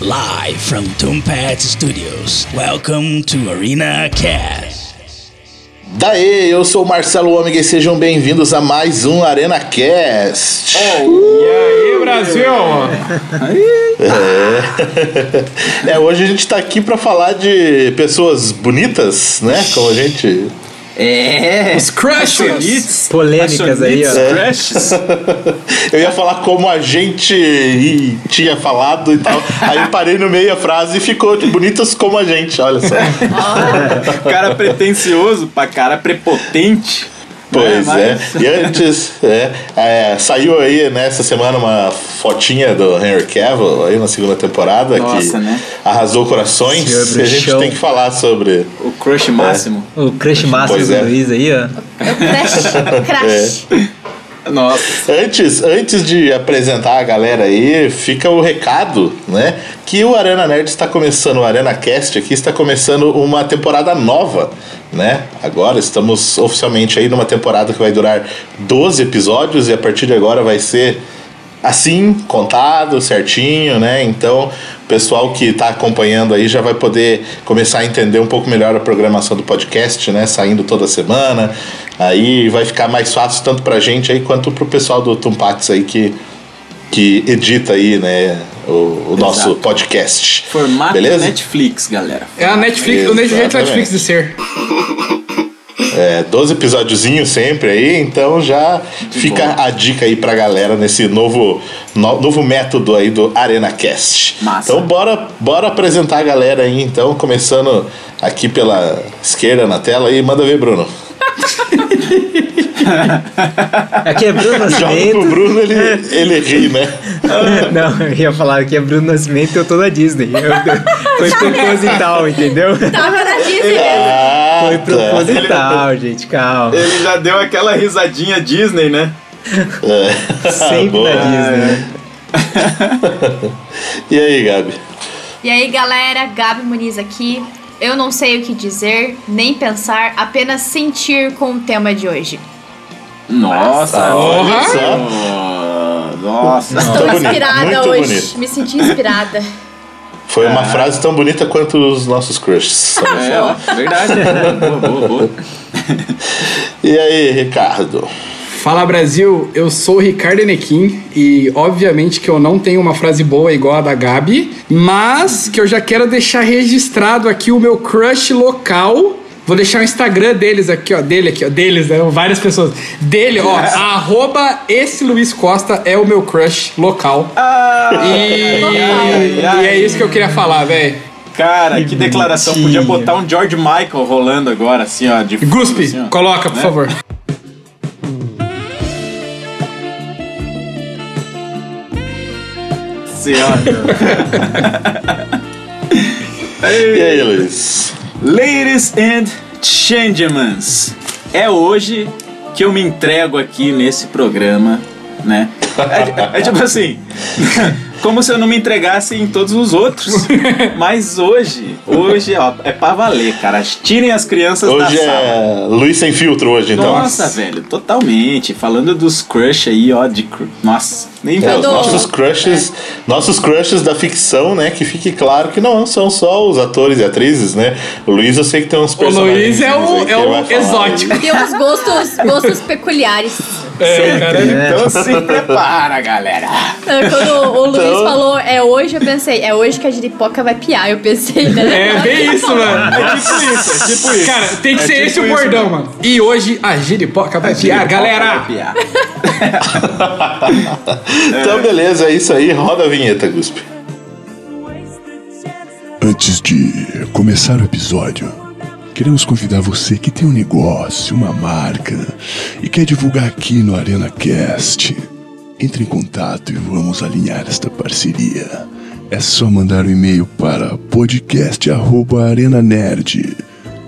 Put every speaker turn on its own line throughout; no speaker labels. Live from Tombat Studios. Welcome to Arena Cast.
Daê, eu sou o Marcelo Ômega e sejam bem-vindos a mais um Arena Cast.
E aí, Brasil?
É, hoje a gente tá aqui pra falar de pessoas bonitas, né? Como a gente.
Os crushes!
Polêmicas aí, ó.
Crushes?
Eu ia falar como a gente e- tinha falado e tal. Aí eu parei no meio a frase e ficou de bonitas como a gente, olha só.
Cara pretencioso pra cara prepotente.
Pois
É,
é. E antes, é, é, saiu aí nessa semana uma fotinha do Henry Cavill aí na segunda temporada que
Nossa, né?
arrasou corações.
Senhor
E a gente
bruxão.
tem que falar sobre.
O crush máximo.
O crush master
Pois
do
é.
Luiz aí, ó.
Crash. Crash.
Nossa.
Antes, antes de apresentar a galera aí, fica o recado, né? Que o Arena Nerd está começando, o Arena Cast aqui está começando uma temporada nova, né? Agora estamos oficialmente aí numa temporada que vai durar 12 episódios e a partir de agora vai ser assim, contado, certinho, né? Então, o pessoal que está acompanhando aí já vai poder começar a entender um pouco melhor a programação do podcast, né? Saindo toda semana. Aí vai ficar mais fácil tanto pra gente aí quanto pro pessoal do Tumpax aí que que edita aí, né, o, o nosso podcast.
Formato né?
Beleza?
Netflix, galera.
É a Netflix, o
Exatamente.
jeito da Netflix de ser.
É, 12 episódiozinhos sempre aí, então já fica a dica aí pra galera nesse novo, no- novo método aí do ArenaCast.
Massa.
Então bora, bora apresentar a galera aí, então, começando aqui pela esquerda na tela aí, manda ver, Bruno.
Aqui é Bruno
Joga pro
Nascimento.
Bruno, ele, ele ri, né?
Não, eu ia falar que é Bruno Nascimento e eu tô na Disney. Eu- Foi proposital, entendeu?
É.
Tava na Disney mesmo.
Ah,
Foi
tá.
proposital, gente, calma.
Ele já deu aquela risadinha Disney, né?
É.
Sempre
Boa.
na Disney. né?
E aí, Gabi?
E aí, galera, Gabi Muniz aqui. Eu não sei o que dizer, nem pensar, apenas sentir com o tema de hoje.
Nossa.
Olha só.
Nossa.
Estou
Tá bonito,
inspirada
muito
hoje.
bonito.
Me senti inspirada.
Foi uma frase tão bonita quanto os nossos crushes. olha só.
É, ó, verdade. Boa, boa, boa.
E aí, Ricardo?
Fala Brasil, eu sou o Ricardo Enequim e obviamente que eu não tenho uma frase boa igual a da Gabi, mas que eu já quero deixar registrado aqui o meu crush local. Vou deixar o Instagram deles aqui, ó. Dele aqui, ó. Deles, né? Várias pessoas. Dele, ó. arroba esse Luiz Costa é o meu crush local.
Ah,
e, e é isso que eu queria falar, velho.
Cara, que declaração. Podia
bonitinho.
botar um George Michael rolando agora, assim, ó. De fundo,
Guspe,
assim, ó.
coloca, por
Né?
favor.
Assim, ó.
E aí, Luiz?
Ladies and gentlemen, é hoje que eu me entrego aqui nesse programa, né? É, é tipo assim, como se eu não me entregasse em todos os outros. Mas hoje, hoje, ó, é pra valer, cara. Tirem as crianças
Hoje
da sala.
é Luiz sem filtro hoje, então.
tá Nossa, velho, totalmente. Falando dos crush aí, ó, de cru... Nossa, nem
É, os
Todo-
nossos crushes, nossos crushes da ficção, né? Que fique claro que não são só os atores e atrizes, né? O Luiz eu sei que tem uns
O
personagens.
Luiz é
aí
o,
que
é
ele
o
vai falar.
exótico.
Tem uns gostos, gostos peculiares.
É, cara.
Então se prepara, galera.
Ah, Quando o Luiz
Então-
falou é hoje, eu pensei, é hoje que a giripoca vai piar. Eu pensei, né?
É bem isso, mano.
É tipo isso, é tipo isso.
Cara, tem que
É
ser
tipo
esse o
isso
bordão, mano. E hoje a giripoca vai piar, galera.
Piar.
Então, beleza, é isso aí. Roda a vinheta, Guspe.
Antes de começar o episódio, queremos convidar você que tem um negócio, uma marca e quer divulgar aqui no Arena Cast. Entre em contato e vamos alinhar esta parceria. É só mandar um e-mail para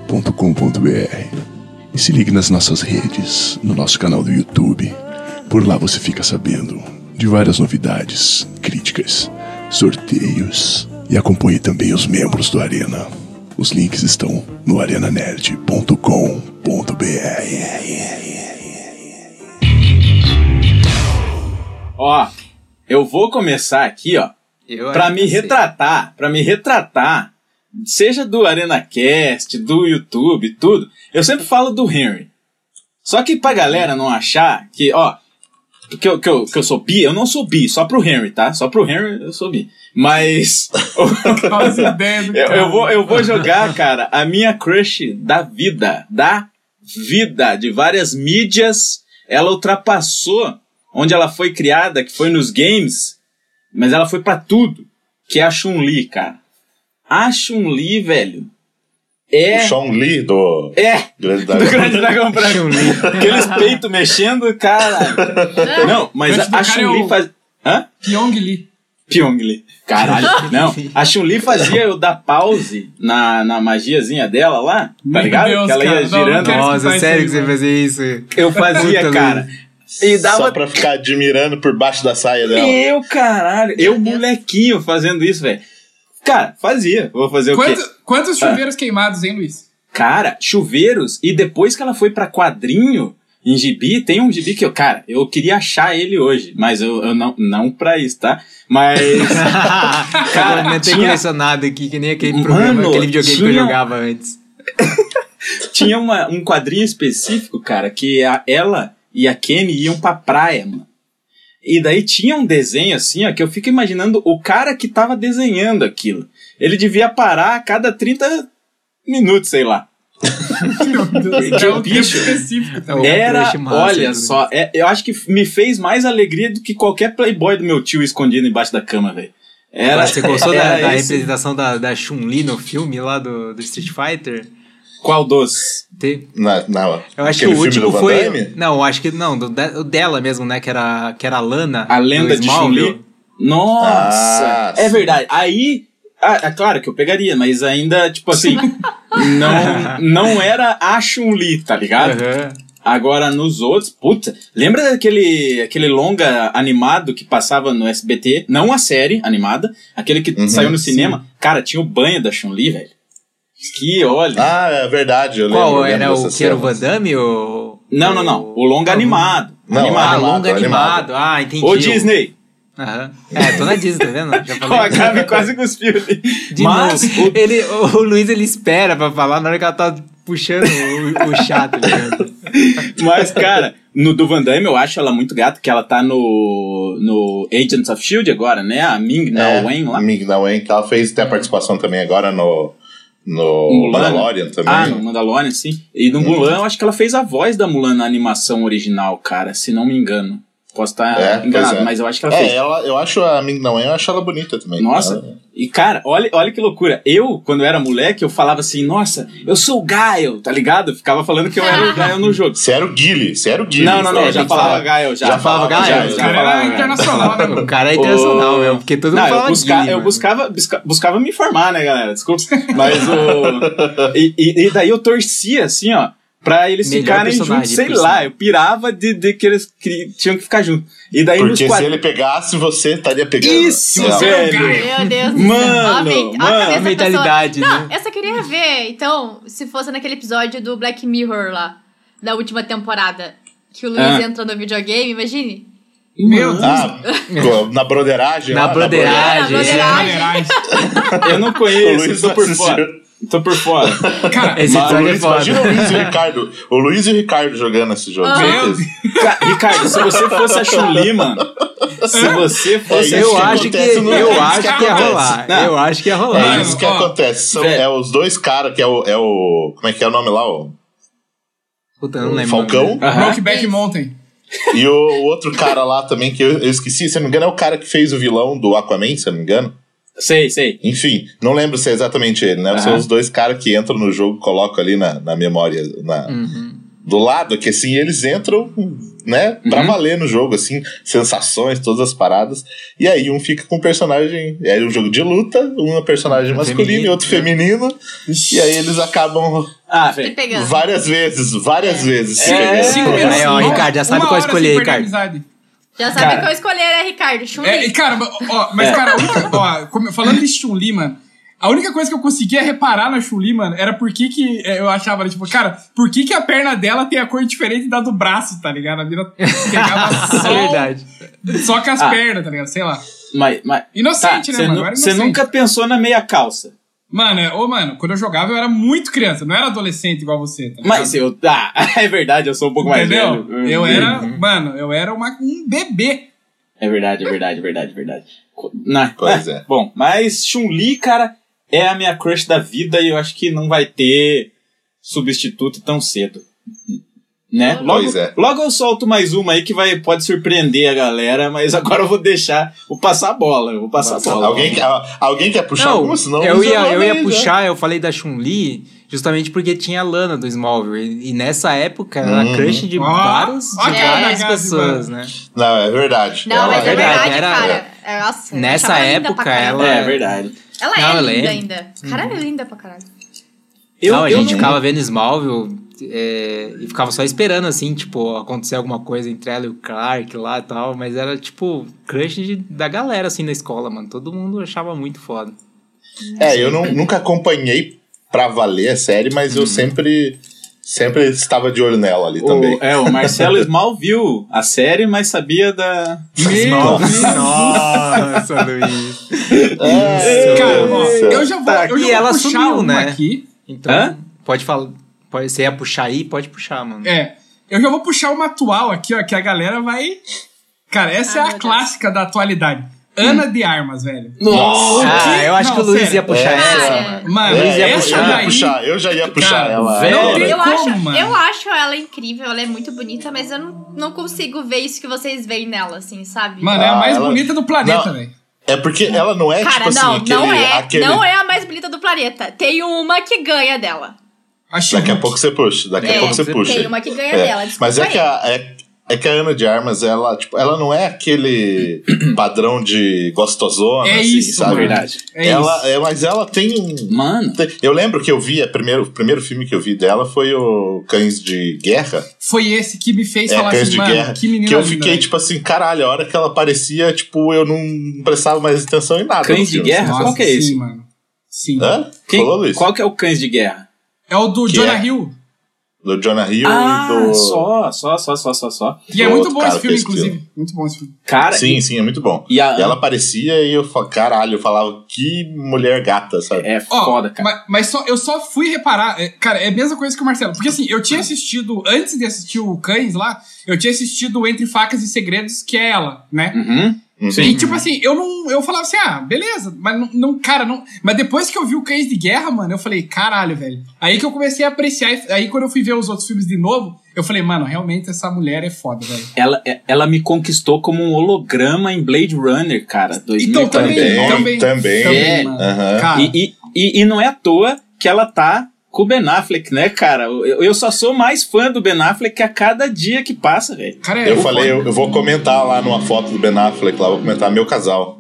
podcast@arenanerd.com.br e se ligue nas nossas redes, no nosso canal do YouTube. Por lá você fica sabendo de várias novidades, críticas, sorteios e acompanhe também os membros do Arena. Os links estão no arenanerd.com.br.
Ó, eu vou começar aqui, ó.
Eu
Pra
acho
me
que sim.
retratar, pra me retratar, seja do ArenaCast, do YouTube, tudo, eu sempre falo do Henry. Só que pra galera não achar que, ó, que eu, que eu, que eu sou bi, eu não sou bi, só pro Henry, tá? Só pro Henry eu sou bi. Mas.
As ideias do
eu,
cara.
eu vou, eu vou jogar, cara, a minha crush da vida, da vida, de várias mídias. Ela ultrapassou onde ela foi criada, que foi nos games, mas ela foi pra tudo, que é a Chun-Li, cara. A Chun-Li, velho, é...
O Sean Lee do
É,
Grande
do
Dragão.
Grande Dragão Branco. Aqueles peitos mexendo, cara. Não, mas
Antes do
a, a
cara é
Chun-Li
o-
faz... Hã?
Pyong Lee.
Pyongli. Caralho, não. A Chun-Li fazia eu dar pause na, na magiazinha dela lá, tá
Meu
ligado?
Deus,
que ela ia
cara, não, não
girando.
quero-
Nossa,
Faz
sério que
isso,
você
né?
fazia isso?
eu fazia,
Puta,
cara. E
Só
dava.
pra ficar admirando por baixo da saia dela.
Meu caralho. Eu, molequinho, fazendo isso, velho. Cara, fazia. Vou fazer o quê?
Quanto- quantos
Ah.
chuveiros queimados, hein, Luiz?
Cara, chuveiros. E depois que ela foi pra quadrinho. Em gibi, tem um gibi que eu, cara, eu queria achar ele hoje, mas eu, eu não, não pra isso, tá? Mas,
Cara,
cara,
eu tenho
tinha,
colecionado aqui, que nem aquele
Mano,
programa, aquele videogame que eu
tinha- um
jogava antes.
Tinha uma- um quadrinho específico, cara, que a- ela e a Kenny iam pra praia, mano. E daí tinha um desenho assim, ó, que eu fico imaginando o cara que tava desenhando aquilo. Ele devia parar a cada 30 minutos, sei lá.
Que
Que é um bicho.
específico também.
Era,
um É crush massa,
olha
né?
só, é- eu acho que me fez mais alegria do que qualquer playboy do meu tio escondido embaixo da cama, velho. Era,
Você gostou da,
era
da
esse-
representação da, da Chun-Li no filme lá do, do Street Fighter?
Qual dos?
Te-
Na, na,
Eu acho que
aquele
o
filme
último
do Van
foi.
Damme?
Não, eu acho que não, do, de- o dela mesmo, né? Que era, que era a Lana.
A
do
lenda de
Smallville.
Chun-Li. Nossa!
Ah,
é
sim.
verdade. Aí, ah, é claro que eu pegaria, mas ainda, tipo assim, não, não era a Chun-Li, tá ligado?
Aham.
Agora nos outros, puta, lembra daquele aquele longa animado que passava no SBT? Não a série animada, aquele que
Uhum.
saiu no cinema. Cara, tinha o banho da Chun-Li, velho. Que olha.
Ah, é verdade, eu lembro.
Qual
lembro
era o
dessa
que era o
cena.
Van Damme? O...
não, não, não. O longa animado.
Não,
Ah,
animado.
animado,
longa
animado.
animado. Ah, entendi.
Ô Disney!
Aham. É, tô na Disney, tá vendo? Já
Ó, a
falei.
Gabi quase cuspiu ali.
De
Mas
novo, ele, o Luiz ele espera pra falar na hora que ela tá puxando o, o chato. tá
Mas, cara, no do Van Damme eu acho ela muito gata, que ela tá no, no Agents of Shield agora, né? A Ming Na
É,
Wen lá. Hum.
Ming Na Wen, que ela fez até a participação também agora no, no
Mulan.
Mandalorian também. Uhum.
Ah, no Mandalorian, sim. E no Mulan, eu acho que ela fez a voz da Mulan na animação original, cara, se não me engano. Posso estar
É,
enganado,
pois é.
mas eu acho que ela
É,
fez.
ela, eu acho a Ming Na Wen, eu acho ela bonita também.
Nossa,
Ela-
e cara, olha, olha que loucura. Eu, quando eu era moleque, eu falava assim, nossa, eu sou o Gael, tá ligado? Eu Ficava falando que eu era o Gael no jogo.
Você era o Guile, você era o Guile.
Não, não, não,
Foi,
eu já
É, gente,
falava
fala-
Gael, já.
Já é." falava
"Ah,
Gael,
é,
já
O cara
falava
era
Gael.
internacional, né,
O
meu?
cara é internacional
Ô,
mesmo, porque todo mundo
não,
fala
eu, busca-
Guile,
eu
mano.
buscava, busca- buscava me informar, né, galera? Desculpa. Mas o. e, e- e daí eu torcia, assim, ó, pra eles
Melhor
ficarem
personagem,
juntos, sei
por
lá.
sinal.
Eu pirava de, de que eles cri- tinham que ficar juntos. E daí
Porque
nos
se
quadrinhos.
ele pegasse, você estaria pegando.
Isso,
Ela-
velho!
Meu Deus do céu.
Mano,
Ó, men-
mano,
ó a cabeça da
mentalidade,
pessoa. Não,
né?
essa eu queria ver. Então, se fosse naquele episódio do Black Mirror lá, da última temporada, que o Luiz
Ah.
entra no videogame, imagine.
Meu Deus.
Ah, co- na broderagem?
Na
lá,
broderagem. é.
Na
é.
broderagem.
Minerais.
Eu não
O
conheço,
Luiz
eu tô por
assistiu.
fora. Tô por fora.
Cara,
Esse
O
episódio é
Luiz, imagina o
foda.
Luiz e o Ricardo. O Luiz e o Ricardo jogando esse jogo.
Meu
certeza.
Ca- Ricardo, se você fosse a Chun-Li, mano. Se você
isso
fosse.
Eu
que
acho que,
acontece no-
eu
isso
acho
que
que ia
acontece.
rolar.
Não.
Eu acho que ia rolar.
É isso que
Ó,
acontece. São,
velho.
é os dois caras que é o, é o. Como é que é o nome lá? O,
Puta, eu não
o
lembro.
Falcão.
Aham.
Brokeback Mountain.
E o, o outro cara lá também, que eu, eu esqueci, se eu não me engano, é o cara que fez o vilão do Aquaman, se eu não me engano.
Sei, sei.
Enfim, não lembro se é exatamente ele, né? São
Aham.
os dois caras que entram no jogo, colocam ali na, na memória. Na, Do lado, que assim, eles entram, né, pra valer no jogo, assim, sensações, todas as paradas. E aí um fica com um personagem. É um jogo de luta, um é personagem masculino
Feminino,
e outro feminino. E aí eles acabam
Ah,
Se
velho.
pegando.
várias vezes, várias vezes. se
É.
pegando.
Cinco minutos.
Aí, ó,
uma-
Ricardo, já sabe
uma
qual
hora
escolher,
sem perder a
Ricardo.
amizade.
Já sabe
Cara.
qual escolher, é, Ricardo? Chumbi.
É, e, cara, ó, mas, cara, a única- ó, como- falando de Chun-Li, mano, a única coisa que eu conseguia reparar na Chun-Li, mano, era por que que é, eu achava, tipo, cara, por que que a perna dela tem a cor diferente da do braço, tá ligado? A mina pegava
É
só,
verdade.
só com as
Ah.
pernas, tá ligado? Sei lá.
Mas, mas,
Inocente, né,
você
mano?
nu-
Eu era
Você
inocente.
nunca pensou na meia calça.
Mano, é- ô, mano, quando eu jogava eu era muito criança, não era adolescente igual você, tá
Mas
ligado?
eu. Ah, é verdade, eu sou um pouco mais
Entendeu?
velho. hum.
eu era, mano, eu era uma- um bebê.
É verdade, é verdade, é verdade, é verdade. Na,
Pois é.
Bom, mas Chun-Li, cara, é a minha crush da vida e eu acho que não vai ter substituto tão cedo. Né? Logo,
Pois é.
logo eu solto mais uma aí que vai, pode surpreender a galera, mas agora eu vou deixar, vou passar a bola, eu vou passar a bola.
Alguém, que- a- alguém quer puxar
Não, é
alguma? Senão
eu ia,
já
eu ia
mandei, já.
puxar, eu falei da Chun-Li justamente porque tinha a Lana do Smallville. E nessa época, ela era
Uhum.
crush de
Ó,
vários-
ó a
de
cara da
várias
Gabi,
pessoas, né?
Não, é verdade.
Não,
Ela
mas é
verdade,
verdade,
era-
cara. É, Nossa, eu
Nessa
achava linda
época,
pra caralho.
ela-
É verdade.
Ela
Não,
é
ela é-
linda ainda. Cara, é linda pra caralho.
Eu,
não, a
eu
gente
não-
ficava vendo Smallville é, e ficava só esperando, assim, tipo, acontecer alguma coisa entre ela e o Clark lá e tal. Mas era, tipo, crush de- da galera, assim, na escola, mano. Todo mundo achava muito foda.
É, eu não- nunca acompanhei pra valer a série, mas
Uhum.
eu sempre, sempre estava de olho nela ali
Oh,
também.
O, é, o Marcelo Small viu a série, mas sabia da.
Nossa, Luiz.
É,
Cara, ó,
isso.
eu já vou,
E
eu já vou
ela
puxar
sumiu,
uma
né?
aqui.
Então,
Hã?
pode falar. Pode, você ia puxar aí? Pode puxar, mano.
É. Eu já vou puxar uma atual aqui, ó, que a galera vai. Cara,
Ah,
essa é
meu
a
Deus.
clássica da atualidade. Ana de Armas, velho.
Nossa.
Ah,
quê?
eu acho
Não,
que o Luiz
sério.
ia puxar
É.
essa,
Ah,
mano.
é.
Mano,
É, eu,
essa
eu ia
daí.
puxar, eu já ia puxar
Cara,
ela.
velho.
Ela-
tem
Eu
como,
acho,
mano.
eu acho ela incrível, ela é muito bonita, mas eu não, não consigo ver isso que vocês veem nela, assim, sabe?
Mano, é a
Ah,
mais
ela-
bonita do planeta,
Não.
velho.
É porque ela não é
Cara,
tipo assim,
não,
aquele,
não é.
aquele-
Não é a mais bonita do planeta. Tem uma que ganha dela.
Acho
Daqui a pouco você puxa, daqui a
É,
pouco você puxa.
Tem uma que ganha
É,
dela, desculpa
Mas é
aí.
que, a, é, é que a Ana de Armas, ela, tipo, ela não é aquele padrão de gostosona,
É
assim,
isso,
sabe?
mano.
Verdade.
É
ela,
isso.
é, mas ela tem um.
Mano.
tem- Eu lembro que eu vi, a primeiro, o primeiro filme que eu vi dela foi o Cães de Guerra.
Foi esse que me fez
É,
falar
Cães
assim,
de
mano,
Guerra.
que menina
Que eu
linda, né?
fiquei,
velho.
tipo assim, caralho, a hora que ela aparecia, tipo, eu não prestava mais atenção em nada.
Cães
no
de
filme,
Guerra?
assim.
Nossa,
qual que é
sim,
esse?
mano. Sim.
Hã?
Quem,
Falou, Luiz?
qual que é o cães de guerra?
É o do
Que
Jonah
é?
Hill.
Do Jonah Hill
Ah,
e do.
só, só, só, só, só, só.
E é
do
muito
outro
bom
cara
esse filme,
que fez
inclusive. Muito bom esse filme.
Cara,
Sim, sim, é muito bom.
e a-
E ela aparecia e eu falava, caralho, eu falava, que mulher gata, sabe?
é
Ó,
foda, cara.
Mas, mas só, eu só fui reparar, é, cara, é a mesma coisa que o Marcelo. Porque assim, eu tinha assistido, antes de assistir o Cães lá, eu tinha assistido Entre Facas e Segredos, que é ela, né?
Uhum.
Uhum.
E tipo assim, eu não. Eu falava assim, ah, beleza, mas não, não- cara, não. Mas depois que eu vi o Cães de Guerra, mano, eu falei, caralho, velho. Aí que eu comecei a apreciar. e- Aí quando eu fui ver os outros filmes de novo, eu falei, mano, realmente essa mulher é foda, velho.
Ela, é- ela me conquistou como um holograma em Blade Runner, cara. 2049.
Então
também,
também, também.
também.
É.
mano.
Aham.
Cara,
E, e, e, e não é à toa que ela tá com o Ben Affleck, né, cara? Eu, eu só sou mais fã do Ben Affleck a cada dia que passa, velho.
cara é
Eu falei, eu, eu vou comentar lá numa foto do Ben Affleck, lá, vou comentar meu casal.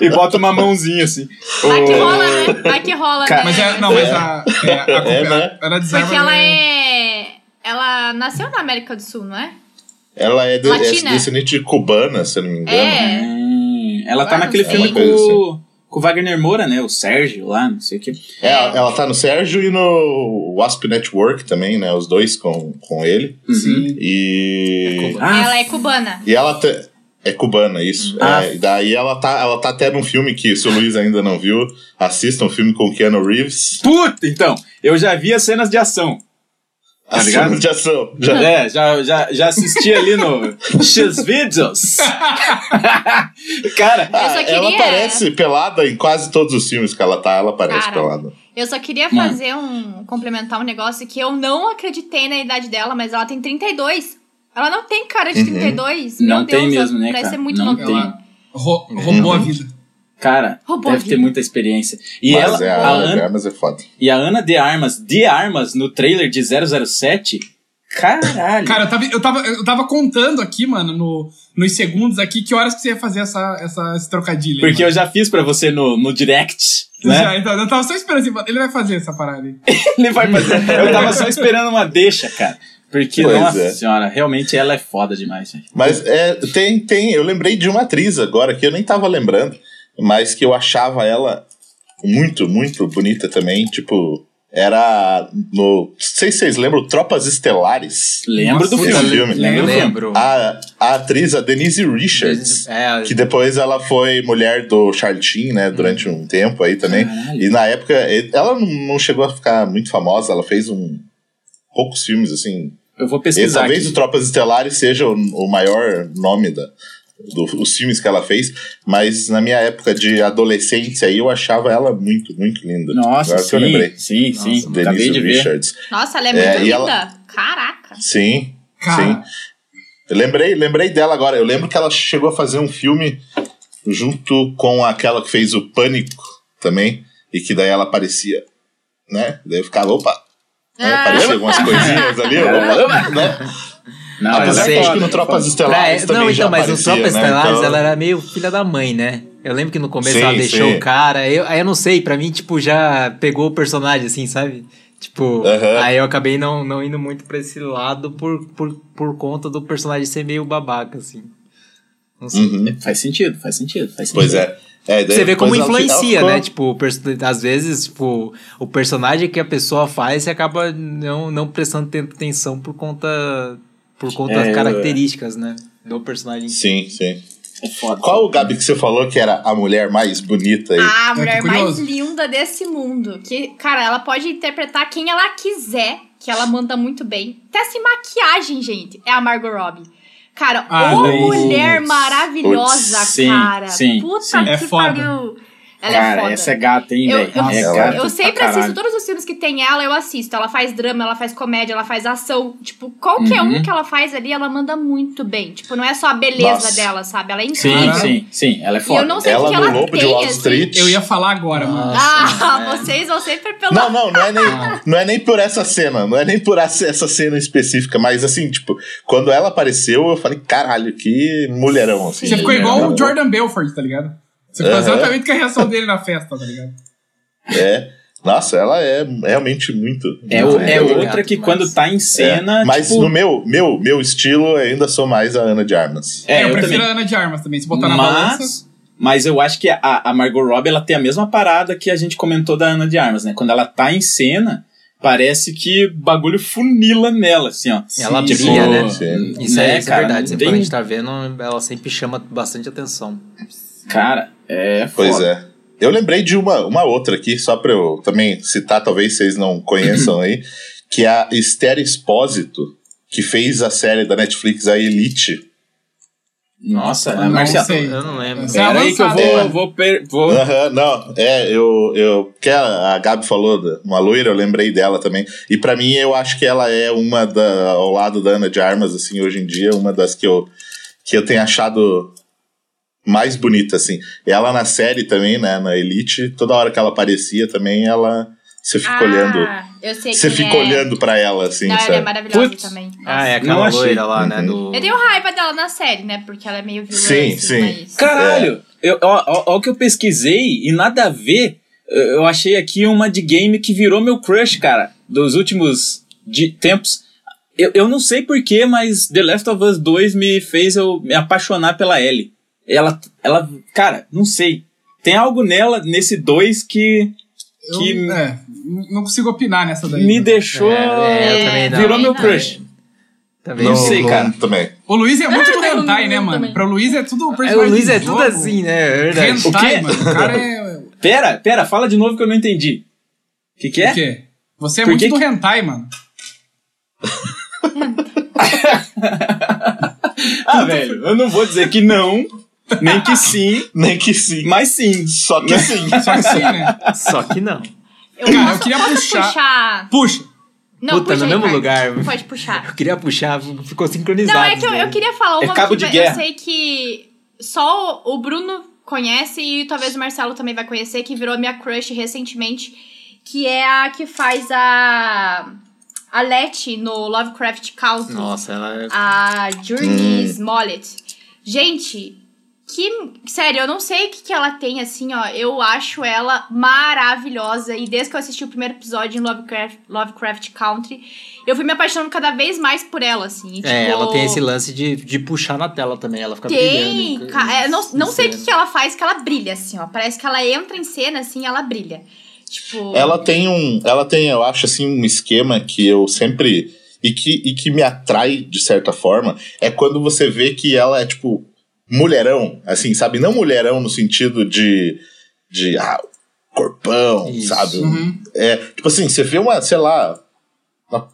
e bota uma mãozinha assim.
Vai que rola, né? Vai que rola,
Cara,
né?
Mas é, não, mas a. É, a, a,
É, né?
a- a- a desarma
Porque ela
é-
é... Ela nasceu na América do Sul, não é?
Ela é, de, é
Latina.
descendente de cubana, se eu não me engano.
É.
Hum, ela tá
Ah, não
naquele
sei.
filme
É uma coisa
com, com o Wagner Moura, né? O Sérgio lá, não sei o que.
É, ela tá no Sérgio e no Wasp Network também, né? Os dois com, com ele.
Sim.
E.
Ela é cubana.
E ela te- é cubana, isso.
Ah.
É, e daí ela tá, ela tá até num filme que, se o Luiz ainda não viu, assista um filme com o Keanu Reeves.
Puta, então, eu já vi as cenas de ação. Tá
As
ligado?
cenas de ação. Já-
É, já, já, já assisti ali no X-Videos. Cara,
Eu só
Ah, Ela
queria-
aparece pelada em quase todos os filmes que ela tá, ela aparece
Cara.
pelada.
Eu só queria
Mano.
fazer um... Complementar um negócio que eu não acreditei na idade dela, mas ela tem 32. Ela não tem cara de
Uhum.
32.
Não
Meu
tem
Deus, ela
mesmo, né,
parece
cara?
ser muito
Não
novinha.
Ela ro- roubou a vida.
cara,
Roubou
deve
a
ter
vida.
muita experiência. E
Mas
ela,
é,
a
a Ana de
Ana,
Armas é foda.
e a Ana de Armas, de Armas, no trailer de 007, caralho.
Cara, eu tava, eu, tava, eu tava contando aqui, mano, no, nos segundos aqui, que horas que você ia fazer essa, essa, esse trocadilho. aí,
porque eu
mano.
já fiz pra você no, no direct, né?
é.
Já, então, eu tava só esperando assim, mano, ele vai fazer essa parada aí.
Ele vai fazer. Eu tava só esperando uma deixa, cara. Porque,
Pois
nossa
é.
senhora, realmente ela é foda demais, gente.
Mas é, tem, tem. Eu lembrei de uma atriz agora que eu nem tava lembrando, mas que eu achava ela muito, muito bonita também. Tipo, Era no. Não sei se vocês lembram, Tropas Estelares.
Lembro do
Esse
filme.
filme. né?
Lembro do filme.
Lembro.
A, a atriz, a Denise Richards.
É,
Que depois ela foi mulher do Charlton, né? Durante um tempo aí também. E na época, e- ela não- não chegou a ficar muito famosa, ela fez um. Poucos filmes, assim.
Eu vou
E
pesquisar
talvez o
aqui.
Tropas Estelares seja o, o maior nome da, do- dos filmes que ela fez, mas na minha época de adolescência aí eu achava ela muito, muito linda.
Nossa,
Agora que
sim,
eu lembrei.
sim, sim. Acabei
Denise
de ver.
Richards.
Nossa, ela é
É,
muito
e
linda.
ela-
Caraca.
Sim,
Cara.
sim. Eu lembrei, lembrei dela agora. Eu lembro que ela chegou a fazer um filme junto com aquela que fez o Pânico também, e que daí ela aparecia, né? Daí eu ficava, opa, né?
Ah.
aparecia algumas coisinhas ali, opa, né?
Não,
Apesar que
ela
eu
sei.
é
acho que
foda,
no Tropas
foda.
Pra-
Estelares também
não, então,
já
mas
aparecia,
o Tropa
né?
Estelares,
Então-
ela era meio filha da mãe, né? Eu lembro que no começo
Sim,
ela deixou
sim.
o cara. Eu, aí eu não sei, pra mim, tipo, já pegou o personagem, assim, sabe? Tipo,
Aham.
aí eu acabei não, não indo muito pra esse lado por, por, por conta do personagem ser meio babaca, assim. Não sei.
Uhum.
Faz sentido, faz sentido, faz sentido.
Pois é. É, daí
Você vê
depois
como
ela-
influencia,
ela
né?
ficou-
Tipo, o perso- às vezes, tipo, o personagem que a pessoa faz, você acaba não, não prestando tanta atenção por conta, por conta
É,
das
eu-
características, né? Do personagem.
Sim, sim.
É foda.
Qual o Gabi que você falou que era a mulher mais bonita aí?
Ah,
é
a
tô
mulher mais
curioso.
linda desse mundo. Que, cara, ela pode interpretar quem ela quiser, que ela manda muito bem. Até sem maquiagem, gente, é a Margot Robbie. Cara,
Ah,
ô
não.
mulher maravilhosa,
Putz, sim,
cara.
sim,
Puta
sim.
que
É foda.
pariu. Ela é
Cara,
foda.
essa é gata, hein,
Eu,
velho?
eu-
É
ela
gata
eu sempre
pra
assisto
caralho.
todos os filmes que tem ela, eu assisto. Ela faz drama, ela faz comédia, ela faz ação. Tipo, qualquer um
Uhum.
que ela faz ali, ela manda muito bem. Tipo, não é só a beleza
Nossa.
dela, sabe? Ela é
Sim,
incrível.
sim, sim. Ela é
E
foda.
eu não sei o
Ela
que ela
no Lobo
tem,
de Wall
assim.
Street.
Eu ia falar agora, mano.
é.
Ah, vocês vão sempre pelo.
Não, não, não é, nem,
Ah.
não é nem por essa cena, não é nem por essa essa cena específica, mas assim, tipo, quando ela apareceu, eu falei, caralho, que mulherão, assim.
Você ficou
Sim,
igual
né?
o Jordan Belfort, tá ligado? Você ficou
Aham.
exatamente com a reação dele na festa, tá ligado?
É. Nossa, ela é realmente muito.
É,
muito
o- é
linda.
Obrigado,
outra que
mas-
quando tá em cena.
É, Mas
tipo,
no meu, meu, meu estilo, eu ainda sou mais a Ana de Armas.
é,
eu,
eu
prefiro
também.
a Ana de Armas também, se botar na balança.
Mas, mas eu acho que a, a Margot Robbie ela tem a mesma parada que a gente comentou da Ana de Armas, né? Quando ela tá em cena, parece que bagulho funila nela, assim, ó.
Ela
Tipo,
brilha, né?
Sim.
Isso
né,
é, isso é
cara,
verdade.
não
Sempre
tem-
quando a gente tá vendo, ela sempre chama bastante atenção.
Cara, é foda.
Pois é. Eu lembrei de uma, uma outra aqui, só pra eu também citar, talvez vocês não conheçam aí, que é a Esther Espósito, que fez a série da Netflix, a Elite.
Nossa,
Não
Marcelo.
sei.
Eu não lembro.
Essa é
Pera aí que eu
avançada,
vou.
né?
É.
vou, per- vou-
Aham, não, é, eu, eu. Que a a Gabi falou, da- uma loira, eu lembrei dela também. E pra mim, eu acho que ela é uma da. ao lado da Ana de Armas, assim, hoje em dia, uma das que eu, que eu tenho achado mais bonita, assim. Ela na série também, né, na Elite, toda hora que ela aparecia também, ela. Você fica
Ah,
olhando.
Eu sei
Você
quem
fica
é.
olhando pra ela, assim,
Não, ela é
sabe?
maravilhosa
Putz.
também.
Ah, é
Não
aquela
achei.
loira lá, né? Do...
Eu tenho raiva dela na série, né? Porque ela é meio vilã.
Sim,
assim,
sim.
mas-
Caralho! Eu, ó, ó, ó o que eu pesquisei e nada a ver. Eu eu achei aqui uma de game que virou meu crush, cara, dos últimos de tempos. Eu, eu não sei porquê, mas The Last of Us 2 me fez eu me apaixonar pela Ellie. Ela, ela, cara, não sei. Tem algo nela, nesse 2, que
Eu,
Que-
é, n- não consigo opinar nessa daí. né?
me deixou.
É, eu também não.
virou meu
Não.
crush.
Também
Não
não.
sei, cara.
Também.
O Luiz é muito do hentai, né,
eu
mano?
também.
Pra o Luiz é tudo
É, o Luiz é tudo assim, né? É verdade.
O quê?
Hentai, mano. O cara é. O
Pera, pera, fala de novo que eu não entendi. O que, que é?
quê? Você é
Por
muito
que
do
que-
hentai, mano.
Ah, velho, eu não vou dizer que não, nem que sim,
Nem que sim.
mas sim.
Só que assim, sim.
Só que sim, né?
Só que não.
Eu
Cara,
posso,
eu queria
posso
puxar- Puxa!
Não,
Puta,
puxa
no
aí,
mesmo
Marcos.
lugar.
Pode puxar.
Eu queria puxar, ficou sincronizado.
Não, é que eu, eu queria falar
É
uma
cabo
que
de
vai-
guerra.
eu sei que só o o Bruno conhece e talvez o Marcelo também vai conhecer, que virou minha crush recentemente, que é a que faz a. A Letty no Lovecraft Country.
Nossa, ela é
Ah, A Journey
Hum.
Smollett. Gente, que. Sério, eu não sei o que, que ela tem, assim, ó. Eu acho ela maravilhosa. E desde que eu assisti o primeiro episódio em Lovecraft, Lovecraft Country, eu fui me apaixonando cada vez mais por ela, assim. e,
É,
tipo,
ela tem esse lance de, de puxar na tela também, ela fica
Tem,
né?
brilhando.
ca- é, não, não sei o que,
Cena.
que ela faz, que ela brilha, assim, ó. Parece que ela entra em cena, assim, ela brilha. Tipo,
Ela tem um. Ela tem, eu acho, assim, um esquema que eu sempre. E que, e que me atrai, de certa forma, é quando você vê que ela é, tipo, mulherão, assim, sabe? Não mulherão no sentido de. de ah, corpão,
Isso.
sabe? É, tipo assim, você vê uma, sei lá. Uma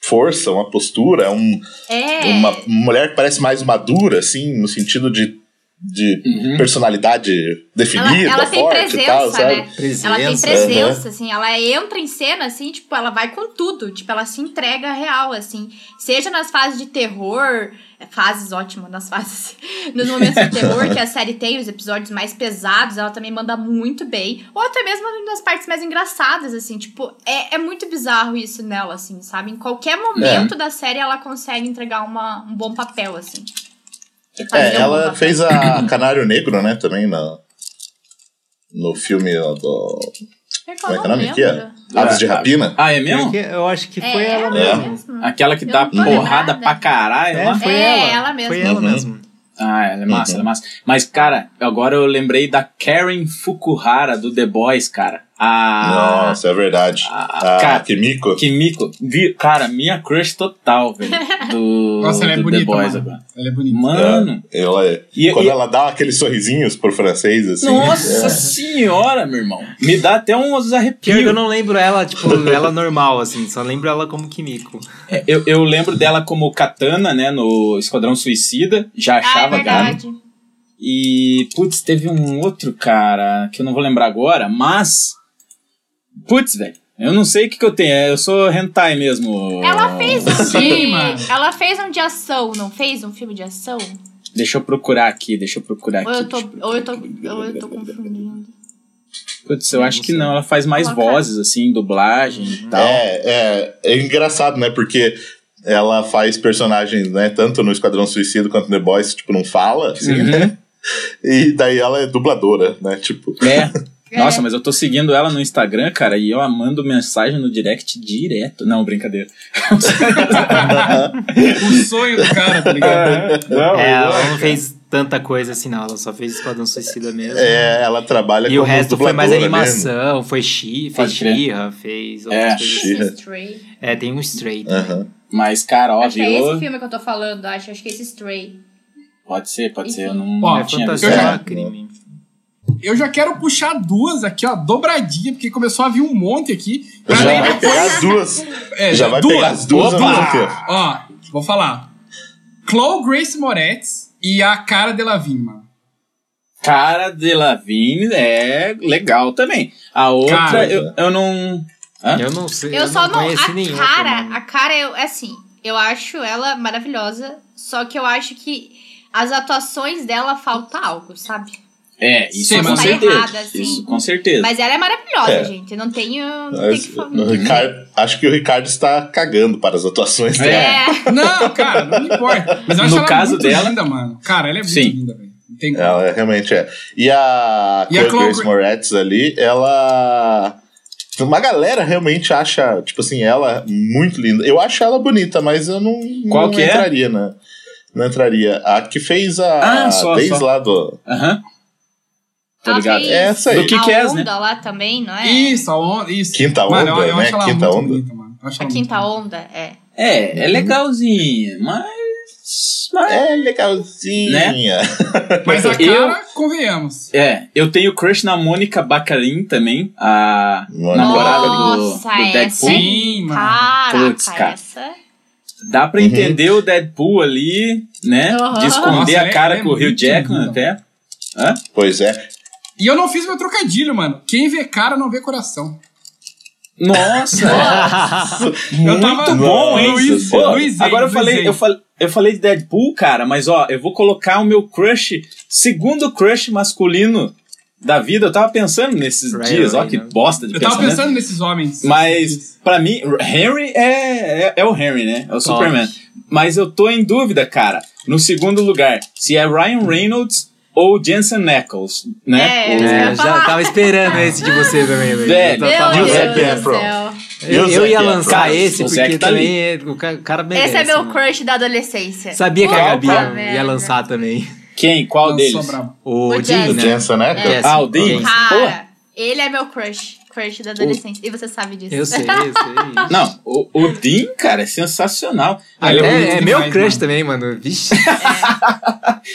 força, uma postura, um,
é.
uma mulher que parece mais madura, assim, no sentido de, de personalidade
Ela,
definida,
ela tem
forte
presença,
e tal, sabe?
né?
Presença.
Ela tem presença, assim, ela entra em cena, assim, tipo, ela vai com tudo, tipo, ela se entrega real, assim, seja nas fases de terror, é, fases ótimo, nas fases, nos momentos de terror que a série tem, os episódios mais pesados, ela também manda muito bem, ou até mesmo nas partes mais engraçadas, assim, tipo, é, é muito bizarro isso nela, assim, sabe? Em qualquer
É.
momento da série ela consegue entregar uma, um bom papel, assim. Fazer
É,
um bom
ela
papel.
fez a Canário Negro, né, também na, no filme do. Como é que é o nome aqui?
lembro.
Aves de Rapina?
Ah, é mesmo?
Porque Eu acho que foi
É,
ela
ela
mesmo.
mesmo. é
Aquela que
Eu
dá
não tô
porrada
lembrada.
pra caralho
É,
lá?
foi
É,
ela.
ela mesmo.
Foi ela
Uhum.
mesmo.
Ah, ela é massa,
Uhum.
ela é massa. Mas, cara, agora eu lembrei da Karen Fukuhara do The Boys, cara. A.
Nossa, é verdade.
Ah,
a
cara.
Kimiko.
Kimiko. Vi- Cara, minha crush total, velho. Do,
Nossa, ela é
do The
bonita,
Boys
mano.
agora.
Ela é bonita.
Mano.
Ah, Ela, é,
E-
quando
e-
ela dá aqueles sorrisinhos pro francês, assim.
Nossa senhora, meu irmão. Me dá até uns
Pior que eu
arrepios.
não lembro ela, tipo, ela normal, assim. Só lembro ela como Kimiko.
É, Eu, eu lembro dela como Katana, né? No Esquadrão Suicida. Já
Ah, é
achava gata.
verdade.
E, putz, teve um outro cara que eu não vou lembrar agora, mas. Putz, velho. Eu não sei o que, que eu tenho. é, Eu sou hentai mesmo.
Ela fez um
Sim,
de,
mano.
ela fez um de ação, não fez um filme de ação?
Deixa eu procurar aqui, deixa eu procurar
Ou
aqui.
eu tô,
deixa
ou eu tô, ou eu tô confundindo.
Putz, eu acho que não. Ela faz mais
Colocar.
vozes, assim, dublagem e tal.
É, é, é engraçado, né? Porque ela faz personagens, né? Tanto no Esquadrão Suicida quanto no The Boys, tipo, não fala, assim,
Uhum.
né? E daí ela é dubladora, né? Tipo,
É.
É.
Nossa, mas eu tô seguindo ela no Instagram, cara, e eu a mando mensagem no direct direto. Não, brincadeira.
O sonho do cara, tá ligado?
é, ela não fez tanta coisa assim, não. Ela só fez Esquadrão Suicida mesmo.
é, ela trabalha
E o
como
resto foi mais
dubladora mesmo.
animação, foi chi, fez
Pode crer.
Xirra, fez outras
É.
coisas. assim.
Xirra.
Stray.
É, tem um Stray.
Aham.
Mas, cara, ó,
Acho que é esse
viu?
filme que eu tô falando, acho. Acho que é esse Stray.
Pode ser, pode ser. Eu
Enfim.
não,
Ó,
não
É
tinha visto.
fantasia,
já-
crime.
Eu já quero puxar duas aqui, ó, dobradinha, porque começou a vir um monte aqui. Pra
Já
daí
vai
depois-
pegar as duas.
É,
já vai pegar as duas né, ao mesmo tempo.
Ó, vou falar. Chloe Grace Moretz e a Cara Delevingne, mano.
Cara de Lavigne é legal também. A outra,
Cara.
eu, eu não. Hã?
Eu não sei.
Eu, só não.
conheci
A
nenhum.
cara,
pelo
a
menos.
cara, eu, é assim, eu acho ela maravilhosa, só que eu acho que as atuações dela falta algo, sabe?
É, isso
Sim,
com
mas tá
certeza.
errada, assim.
Isso com certeza.
Mas ela é maravilhosa,
É.
gente. Não tenho. Não
Mas
tenho que
o
falar.
Ricardo- acho que o Ricardo está cagando para as atuações dela.
É.
Não, cara, não me importa. Mas eu acho
No
ela
caso
muito
dela-
linda, mano. Cara, ela é muito
Sim.
linda, velho. Não tem como.
Ela realmente é. E a,
E a
Chloe
Chloe
Grace
Gra-
Moretz ali, ela. Uma galera realmente acha, tipo assim, ela muito linda. Eu acho ela bonita, mas eu não,
Qual
não
que é?
entraria, né? Não entraria. A que fez a.
Ah, só,
desde
só.
lá do.
Aham. Tô
Ela
ligado.
fez
É essa aí.
Do que
a
que é, né?
onda lá também, não é?
Isso, a onda, isso.
Quinta
Mano, eu-
onda,
eu
né?
acho ela
Quinta
muito
onda.
bonita, mano. Eu acho
A
ela muito
quinta
bonita.
onda, é.
É, é legalzinha, mas. mas-
É legalzinha.
Mas a cara,
É, Eu-
convenhamos.
É, eu tenho crush na Mônica Baccarin também, a
Mônica
namorada do,
Nossa,
do
essa
Deadpool.
é
Sim, mano.
Caraca,
Putz, cara.
essa. é
Dá pra entender o Deadpool ali, né?
Aham.
De esconder
Nossa,
a
é-
cara
é
com o Hugh
muito
Jackman
linda.
até.
Pois é.
E eu não fiz meu trocadilho, mano. Quem vê cara não vê coração.
Nossa!
Eu tava-
Muito bom, hein?
Luiz-
Pô,
Luiz-
agora eu
Luiz-
falei, eu falei, eu falei de Deadpool, cara, mas ó, eu vou colocar o meu crush, segundo crush masculino da vida. Eu tava pensando nesses
Ryan
dias, ó, que
Reynolds.
bosta de
Eu tava
pensamento.
pensando nesses homens.
Mas, pra mim, Henry é, é, é o Henry, né? É o Superman. Mas eu tô em dúvida, cara, no segundo lugar, se é Ryan Reynolds ou Jensen Ackles, né?
É,
O-
eu
É,
ia falar.
já tava esperando esse de você também, velho.
Velho,
Eu
Meu
tava-
Deus
Zac
do
Efron.
céu.
Eu, eu ia
Zac
lançar
Efron.
esse
O
porque
Zac tá
também é- o ca- o cara merece.
Esse é meu
mano.
crush da adolescência.
Sabia que a
Puta
Gabi ia,
merda.
ia lançar também.
Quem? Qual
Nossa,
deles?
brabo.
O
O
Jim,
Do
Jazz.
né?
É,
Jensen, né?
Jazz.
Ah, o Dean?
Jazz.
Cara,
Porra.
ele é meu crush. crush da adolescência. E você sabe disso.
Eu sei, eu sei.
Não, o, o Dean, cara, é sensacional.
Ah,
Ele é
é,
bonito
é meu
demais,
crush
mano.
também, mano. Vixe.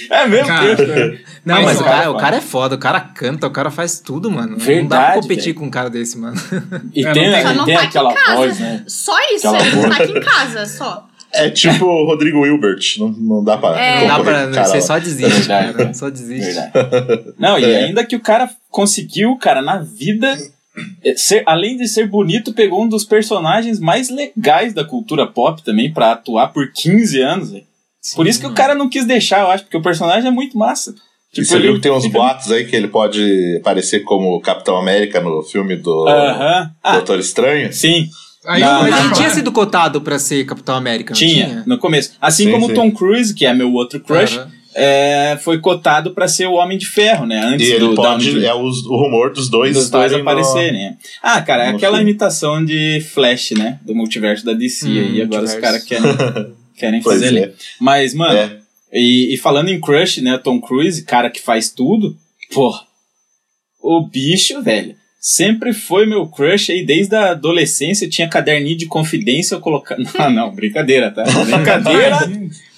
É mesmo?
Cara,
Não,
Mas
mas,
o
o,
cara
cara,
é
o cara é foda, o cara canta, o cara faz tudo, mano. não dá
Verdade,
pra competir
velho.
com um cara desse, mano.
E
É,
tem,
não
Só
e
não
tem
tá aqui
aquela
em casa.
voz, né?
Só isso,
Aquela
ele não
voz.
tá aqui em casa, só.
É tipo o Rodrigo Hilbert, não, não dá pra.
É.
Não dá
concorrer
pra. né,
com o cara
você
lá.
só desiste,
é Verdade,
cara. Só desiste.
Verdade. Não, e
É.
ainda que o cara conseguiu, cara, na vida. é, Ser, além de ser bonito, pegou um dos personagens mais legais da cultura pop também pra atuar por 15 anos. velho. Por isso que o cara não quis deixar, eu acho, porque o personagem é muito massa. Tipo,
E você viu
ele
que tem uns
fica-
boatos aí que ele pode aparecer como Capitão América no filme do
Aham. Ah,
Doutor Estranho?
sim.
Aí
Não,
eu-
Mas ele
não.
tinha sido cotado pra ser Capitão América, não
Tinha,
tinha?
no começo. Assim
Sim,
como o
sim.
Tom Cruise, que é meu outro crush,
Aham.
é, foi cotado pra ser o Homem de Ferro, né? Antes
E ele
do Downey
pode.
Jr.
É os- o rumor dos dois
dos dois
estarem no-
aparecerem. é. Ah, cara, é
no
aquela
filme.
imitação de Flash, né? Do multiverso da DC.
Hum,
e agora os
multiverso.
caras querem, querem
Pois
fazer ali.
é.
Mas, mano,
É.
e, e falando em crush, né? Tom Cruise, cara que faz tudo. Porra. O bicho, velho. Sempre foi meu crush aí, desde a adolescência. Eu tinha caderninho de confidência eu colocava. Não, não, brincadeira, tá? Brincadeira.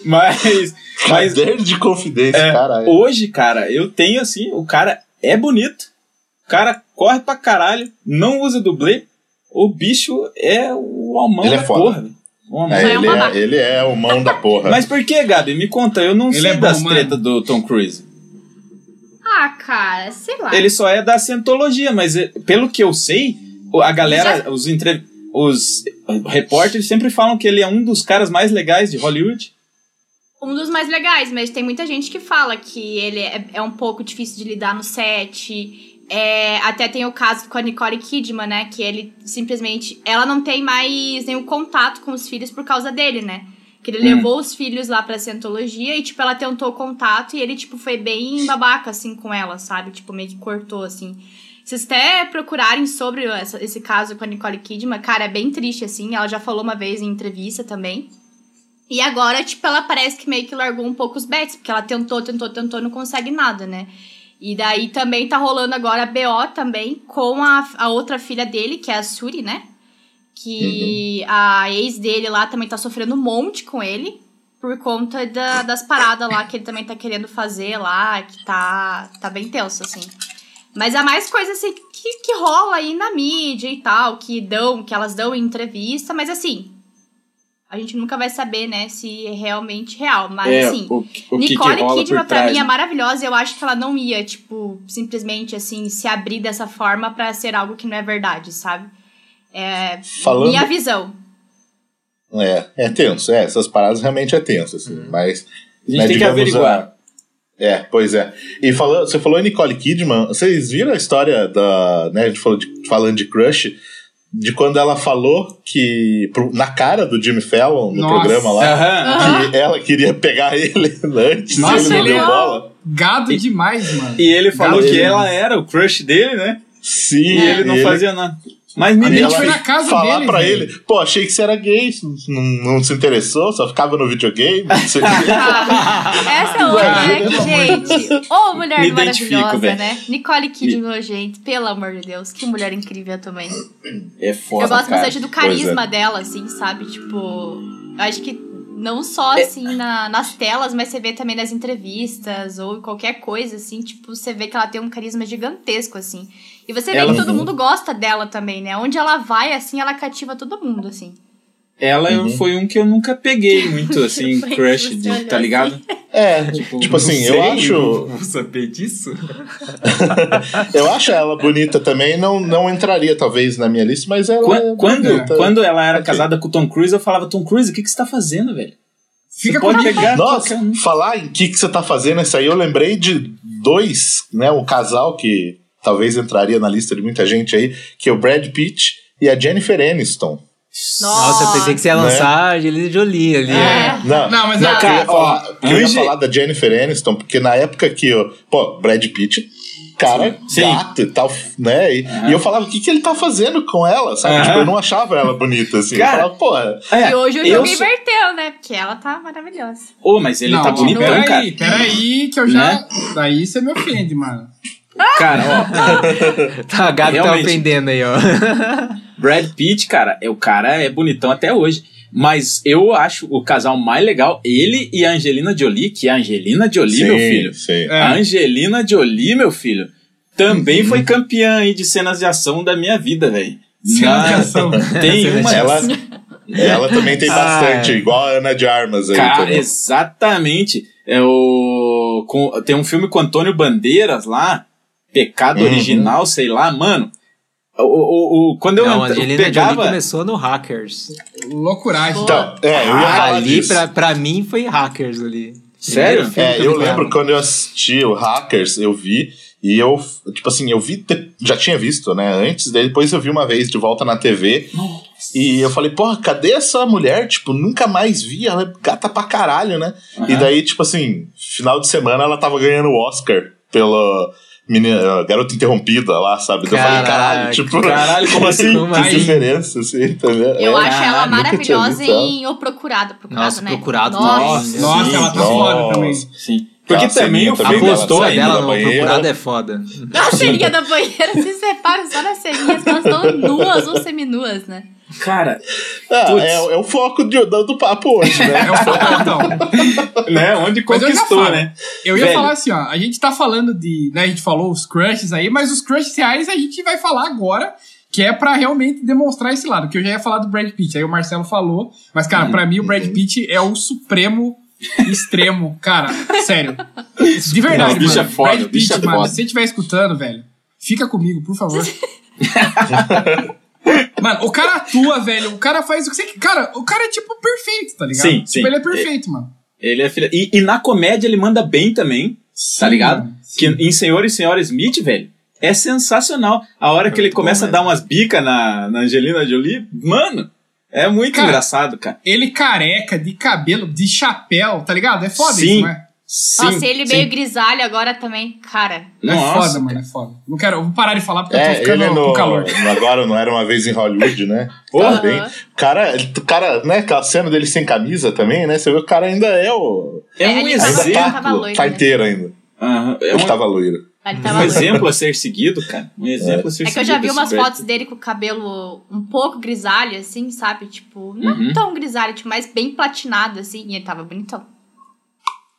mas. mas
Caderno de confidência,
É.
caralho.
Hoje, cara, eu tenho assim, o cara é bonito, o cara corre pra caralho, não usa dublê, o bicho é o almão
Ele é
da
foda.
porra. velho. O almão.
É,
Só é um
ele, é,
babaca.
ele é o mão da porra.
Mas por que, Gabi? Me conta, eu não
Ele
sei
é bom,
das
mano.
tretas do Tom Cruise.
Ah, cara, sei lá.
Ele só é da Scientologia, mas eh, pelo que eu sei, o- a galera, os, entre... os repórteres sempre falam que ele é um dos caras mais legais de Hollywood.
Um dos mais legais, mas tem muita gente que fala que ele é, é um pouco difícil de lidar no set. É, até tem o caso com a Nicole Kidman, né? Que ele simplesmente. Ela não tem mais nenhum contato com os filhos por causa dele, né? Que ele
Hum.
levou os filhos lá pra Cientologia e, tipo, ela tentou contato e ele, tipo, foi bem babaca, assim, com ela, sabe? Tipo, meio que cortou, assim. Se vocês até procurarem sobre essa- esse caso com a Nicole Kidman, cara, é bem triste, assim. Ela já falou uma vez em entrevista também. E agora, tipo, ela parece que meio que largou um pouco os bets, porque ela tentou, tentou, tentou, não consegue nada, né? E daí também tá rolando agora a BO também com a, a outra filha dele, que é a Suri, né? Que
Uhum.
a ex dele lá também tá sofrendo um monte com ele, por conta da- das paradas lá que ele também tá querendo fazer lá, que tá, tá bem tenso, assim. Mas há mais coisa assim que, que rola aí na mídia e tal, que dão, que elas dão em entrevista, mas assim, a gente nunca vai saber, né, se é realmente real. Mas,
é,
assim,
o, o que, que
Nicole
rola
Kidman,
por
pra
trás.
mim, é
né?
maravilhosa. Eu acho que ela não ia, tipo, simplesmente, assim, se abrir dessa forma pra ser algo que não é verdade, sabe? É
Falando.
minha visão.
É, é tenso, é, essas paradas realmente é tenso, assim,
Hum.
mas.
A gente
né,
tem que
digamos,
averiguar.
É, pois é. E falando, você falou em Nicole Kidman, vocês viram a história da. Né, a gente falou de- falando de crush, de quando ela falou que. pro- na cara do Jimmy Fallon, no
Nossa.
programa lá,
Aham.
que ela queria pegar ele antes,
Nossa,
ele não
ele
deu
é-
bola.
Gado demais, mano.
E ele falou
Gabi.
que ela era o crush dele, né?
Sim,
E
É.
ele não fazia nada. Mas me
A
E
gente
diz,
ela
foi na casa
falar
dele,
pra
velho.
ele, pô, achei que você era gay, não, não se interessou, só ficava no videogame, não sei o quê.
Ah, Essa é outra, né, que, gente... Ô, mulher
Me identifico,
maravilhosa,
velho.
né? Nicole Kidman, gente, pelo amor de Deus. Que mulher incrível também.
é foda,
eu gosto
cara.
bastante do carisma dela, assim, sabe? Tipo, eu acho que não só assim na- nas telas, mas você vê também nas entrevistas ou em qualquer coisa, assim, tipo, você vê que ela tem um carisma gigantesco, assim. E você vê
Ela-
que todo mundo gosta dela também, né? Onde ela vai, assim, ela cativa todo mundo, assim.
Ela eu-
Uhum.
foi um que eu nunca peguei muito, assim,
Foi
crush,
você assim.
de,
olhar
tá ligado?
É,
Tipo,
tipo assim,
Sei,
eu acho.
Vou saber disso?
Eu acho ela bonita também, não, não entraria talvez na minha lista, mas ela é
Quan- Quando,
bonita.
quando ela era
Ok.
casada com o Tom Cruise, eu falava, Tom Cruise, o que, que você tá fazendo, velho?
Fica
você
com
pode pegar
Nossa,
qualquer um.
falar em que que você tá fazendo isso aí, eu lembrei de dois, né, um casal que talvez entraria na lista de muita gente aí, que é o Brad Pitt e a Jennifer Aniston.
Nossa, eu pensei que você ia
Né?
lançar a Angelina Jolie ali.
É.
Não,
Não, mas
não
é-
que eu ia
cara,
falar,
ó,
que eu ia
hoje-
falar da Jennifer Aniston, porque na época que eu, pô, Brad Pitt Cara,
Sim.
gato e tal, né? E, e eu falava, o que, que ele tá fazendo com ela, sabe?
Aham.
Tipo, eu não achava ela bonita, assim.
Cara,
eu falava, porra,
É,
e hoje o
eu
jogo
sou-
inverteu, né? Porque ela tá maravilhosa.
Ô, mas ele
não,
tá
ó,
bonitão,
peraí,
cara. Né?
Peraí, que eu já. Daí você me ofende, mano.
Cara, ó,
Tá, a Gabi tá
Realmente.
ofendendo aí, ó.
Brad Pitt, cara, é, o cara é bonitão até hoje. Mas eu acho o casal mais legal, ele e a Angelina Jolie, que é a Angelina Jolie, meu filho.
Sim.
É.
A Angelina Jolie, meu filho, também foi campeã aí de cenas de ação da minha vida, velho.
Cenas de
Na-
ação.
Tem uma
Ela, ela também tem bastante, igual a Ana de Armas aí.
Cara,
também.
exatamente. É o com- tem um filme com Antônio Bandeiras lá, Pecado
Uhum.
Original, sei lá, mano. O, o, o- quando eu,
Não, a
entra- eu
Angelina Jolie
pegava,
começou no Hackers.
Loucuragem.
Então, é, eu ia falar
Ah, ali,
disso.
pra, pra mim, foi Hackers ali.
Sério?
Primeiro filme
É,
que
eu
vi com
lembro
ela.
quando eu assisti o Hackers, eu vi e eu, tipo assim, eu vi, te- já tinha visto, né, antes, daí depois eu vi uma vez de volta na TV e eu falei, porra, cadê essa mulher? Tipo, nunca mais vi, ela é gata pra caralho, né? E
Aham.
daí, tipo assim, final de semana ela tava ganhando o Oscar pela menina, garota interrompida lá, sabe? Daí eu falei,
Caraca,
caralho, tipo,
caralho,
como assim?
como
que
assim?
diferença, assim, entendeu?
Eu
É,
acho
nunca
ela
tinha
maravilhosa
visto ela.
em O Procurado, por
Nossa,
caso, né?
Procurado,
Nossa.
Nossa,
Sim,
ela tá
nossa.
foda também.
Sim. Porque
Aquela
também
ceninha
o
também
filme
A
dela
postura
saindo
dela
da
no
banheira.
procurado é foda.
A serinha da banheira se separa só nas serinhas, que elas estão nuas ou seminuas, né?
Cara,
Ah,
Putz.
é, é o foco de- do, do papo hoje, né?
É o foco, então.
né? Onde
Mas eu já
conquistou,
falo.
né?
Eu ia
Velho.
falar assim, ó, a gente tá falando de, né, a gente falou os crushes aí, mas os crushes reais a gente vai falar agora, que é pra realmente demonstrar esse lado, que eu já ia falar do Brad Pitt, aí o Marcelo falou, mas cara, pra mim o Brad Pitt é o supremo extremo, cara, sério. De verdade,
o bicho
mano.
é foda,
Brad
o bicho
Pitt,
é
mano,
foda.
se você estiver escutando, velho, fica comigo, por favor. Mano, o cara atua, velho. O cara faz o que você quer. Cara, o cara é tipo perfeito, tá ligado?
Sim,
tipo,
sim.
ele é perfeito, mano.
Ele é filha. E, e na comédia ele manda bem também, tá
Sim,
ligado?
mano,
Que em Senhor e Senhora Smith, velho, é sensacional. A hora que ele começa a dar umas bicas na, na Angelina Jolie, mano, é muito
Cara,
engraçado, cara.
Ele careca, de cabelo, de chapéu, tá ligado? É foda
Sim.
isso, não é?
Sim,
Nossa, ele
sim.
meio grisalho agora também. Cara,
é
Nossa,
foda, mano, é foda. Não quero, eu vou parar de falar porque eu tô
É,
Tá ficando
ele no,
com calor.
no Agora Não Era Uma Vez em Hollywood, né? Pô,
Aham.
bem. Cara, o cara, né? Aquela cena dele sem camisa também, né? Você vê que o cara ainda é o.
É um
ele tava-
Ainda
ele
exemplo.
tá,
tava loiro,
tá
né?
inteiro ainda.
Aham, é
Eu
um,
tá
tava loiro.
ele
um
tava loiro.
exemplo a ser seguido, cara. Um exemplo a ser
É
seguido.
que eu já vi
esse
umas
Brad
fotos dele com o cabelo um pouco grisalho, assim, sabe? Tipo, não
Uhum.
tão grisalho, tipo, mas bem platinado, assim, e ele tava bonitão.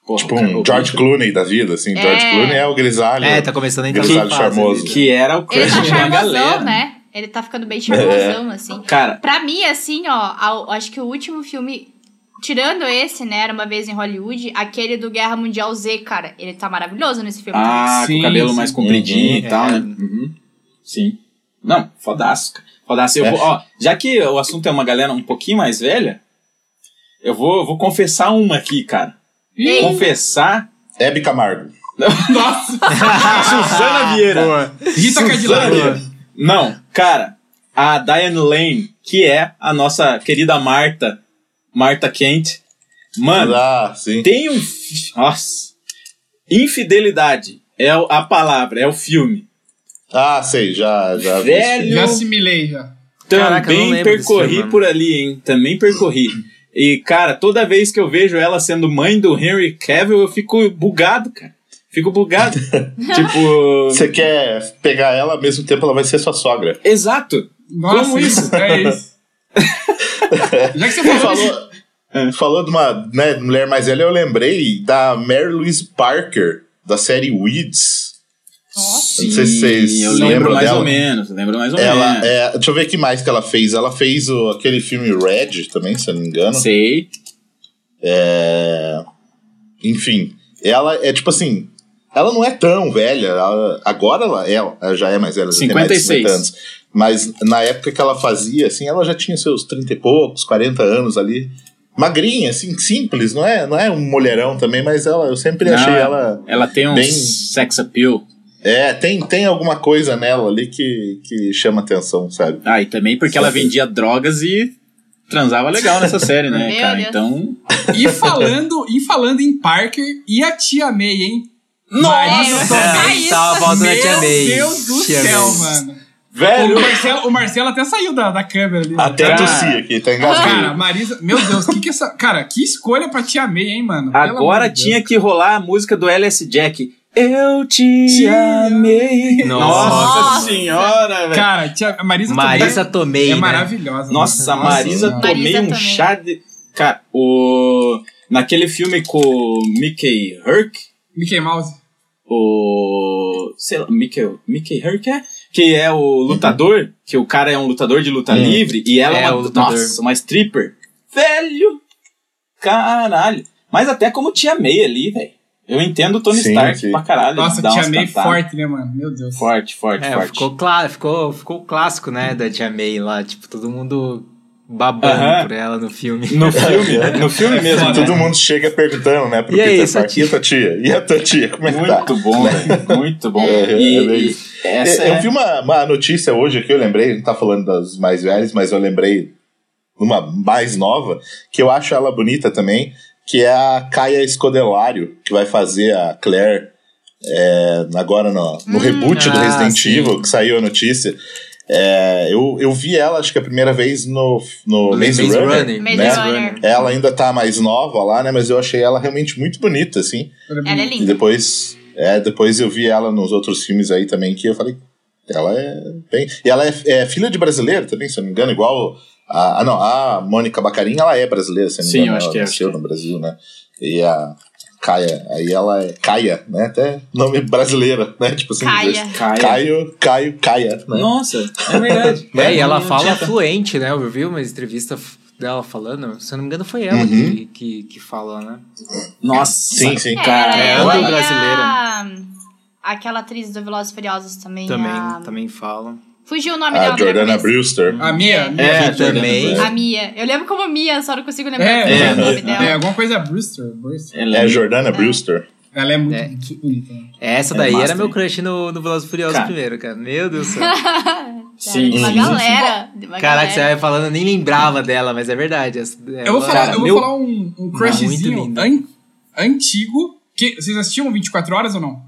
Porra, é né?
Tipo
o cara-
um
o
George
Brad-
Clooney da vida, assim. George
É.
Clooney é o grisalho.
É, tá começando a entrar
Grisalho
numa fase
charmoso.
ali.
Que era o
Ele
crush
tá
de uma
charmosão,
galera. É.
né? Ele tá ficando bem charmosão, assim.
Cara,
Pra mim, assim, ó, ao- acho que o último filme, tirando esse, né, Era Uma Vez em Hollywood, aquele do Guerra Mundial Z, cara, ele tá maravilhoso nesse filme.
ah, com
Sim,
o cabelo
sim.
mais compridinho
Uhum,
e tal,
é.
né? Uhum. Sim. Não, fodaço, cara. Fodaço. Eu
É.
vou, ó, já que o assunto é uma galera um pouquinho mais velha, eu vou, vou confessar uma aqui, cara.
Ei.
Confessar
Hebe Camargo.
Nossa,
Suzana Vieira.
Boa.
Rita Cadillac.
Suzana. Não, cara, a Diane Lane, que é a nossa querida Marta, Marta Kent. Mano,
Ah, sim.
tem um. fi- Nossa. Infidelidade é o- a palavra, é o filme.
Ah, sei, já. já vi esse filme.
é
Velho,
Já assimilei, já.
Caraca, eu não
também
lembro desse filme,
percorri
mano.
por ali, hein? Também percorri. E, cara, toda vez que eu vejo ela sendo mãe do Henry Cavill, eu fico bugado, cara. Fico bugado. tipo.
Você quer pegar ela, ao mesmo tempo ela vai ser sua sogra.
Exato.
Nossa,
Como isso?
É isso. Já que você falou,
falou, falou de uma né, mulher mais velha, eu lembrei da Mary Louise Parker, da série Weeds. Não sei se vocês
eu
lembram
lembro mais
dela.
ou menos. Lembro mais ou
Ela,
menos.
é, deixa eu ver o que mais que ela fez. Ela fez o- aquele filme Red também, se eu não me engano.
Sei.
É, Enfim, ela é tipo assim. Ela não é tão velha. ela- agora ela, ela- ela já é mais velha, já tem mais de
56.
50 anos. Mas na época que ela fazia, assim, ela já tinha seus 30 e poucos, 40 anos ali. Magrinha, assim, simples, não é, não é um mulherão também, mas ela, eu sempre
Não, é.
achei ela.
Ela tem um
Bem-
sex appeal.
É, tem, tem alguma coisa nela ali que, que chama atenção, sabe?
Ah, e também porque ela vendia drogas e transava legal nessa série, né,
Meu
cara?
Deus.
Então.
e falando, e falando em Parker e a tia May, hein?
Nossa!
Marisa
isso.
É, Tava faltando a
Tomei.
né, Tia
Meu
May.
Deus do
Tia
céu,
May.
mano. O
Velho!
Marcelo, o Marcelo até saiu da, da câmera ali. né?
Até
Cara.
tossi aqui, tá
Cara,
engasgado.
Marisa, meu Deus, que que essa. Cara, que escolha pra tia May, hein, mano? Pelo amor
Agora
de Deus.
tinha que rolar a música do LS Jack. Eu te,
Te
amei.
Nossa.
Nossa.
senhora, velho.
Cara, tia- a Marisa, Tomei
Marisa Tomei,
é
né?
maravilhosa.
Nossa, Marisa
Marisa
tomei um
também.
chá de. Cara, o. Naquele filme com o Mickey Herc,
Mickey Mouse.
o. sei lá, Mickey, Mickey Herc é? Que é o
Uhum.
lutador, que o cara é um lutador de luta
Hum.
livre e ela é,
É,
uma,
o lutador.
nossa, uma stripper. Velho! Caralho! Mas até como te amei ali, velho. Eu entendo o Tony
Sim,
Stark
sim.
pra caralho.
Nossa,
dá
Tia
umas
May
cantadas.
forte, né, mano? Meu Deus.
Forte, forte,
É,
forte.
ficou claro, ficou, ficou o clássico, né, da Tia May lá, tipo, todo mundo babando
Aham.
por ela no filme.
No filme, né? No filme mesmo. né?
Todo mundo chega perguntando, né? Pro
E aí,
Peter
sua
Parker, E a tua tia? E a tua tia? Como é que tá?
Muito bom, velho. Muito bom.
É, é
E-
bem
e
isso.
essa
eu
é-
vi uma, uma notícia hoje que eu lembrei, não tá falando das mais velhas, mas eu lembrei uma mais nova, que eu acho ela bonita também, que é a Caia Escodelário, que vai fazer a Claire é, agora no, no reboot do
ah,
Resident
sim.
Evil, que saiu a notícia. É, eu, eu vi ela, acho que a primeira vez no, no Maze, Runner.
Maze
Né?
Runner.
Ela ainda tá mais nova lá, né? Mas eu achei ela realmente muito bonita, assim.
Ela é
E
linda.
depois, é, depois eu vi ela nos outros filmes aí também, que eu falei, ela é bem. E ela é, é filha de brasileiro também, se eu não me engano, igual. A, ah, não, a Mônica Bacarin, ela é brasileira, se eu não me
Sim,
engano.
eu acho
ela
que é,
nasceu
acho que
no Brasil, né? E a Caia, aí ela é Caia, né? Até nome brasileira, né? Tipo assim,
Caia.
Caia.
Caio, Caio, Caia, né?
Nossa, é verdade.
É, e ela
Não
fala
tinha-
fluente, né? Eu vi uma entrevista f- dela falando, se eu não me engano foi ela
Uhum.
que, que, que fala, né?
Nossa.
Sim, sim.
Cara,
é
ela
muito
e
brasileira.
a- Aquela atriz do Velozes e Furiosos também.
Também,
a-
também fala.
Fugiu o nome dela. é
A
agora,
Jordana
mas-
Brewster.
A Mia? Mia.
É,
Que também.
A Mia. Eu lembro como Mia, só não consigo lembrar
É,
qual
é,
o nome dela.
É, alguma coisa é Brewster. Brewster.
Ela
É a Jordana Brewster.
Ela é muito
É,
bonita. né?
Essa
É
daí
massa,
era meu
hein?
crush no, no Velozes e Furiosos
Cara.
primeiro, cara. Meu Deus do céu.
Sim,
Uma
sim.
galera. uma
Caraca, você é
galera.
vai falando, eu nem lembrava dela, mas é verdade. Essa,
Eu vou
ela-
falar, eu vou
meu-
falar um, um
Muito
crushzinho
linda.
an- antigo. Que, vocês assistiam 24 horas ou não?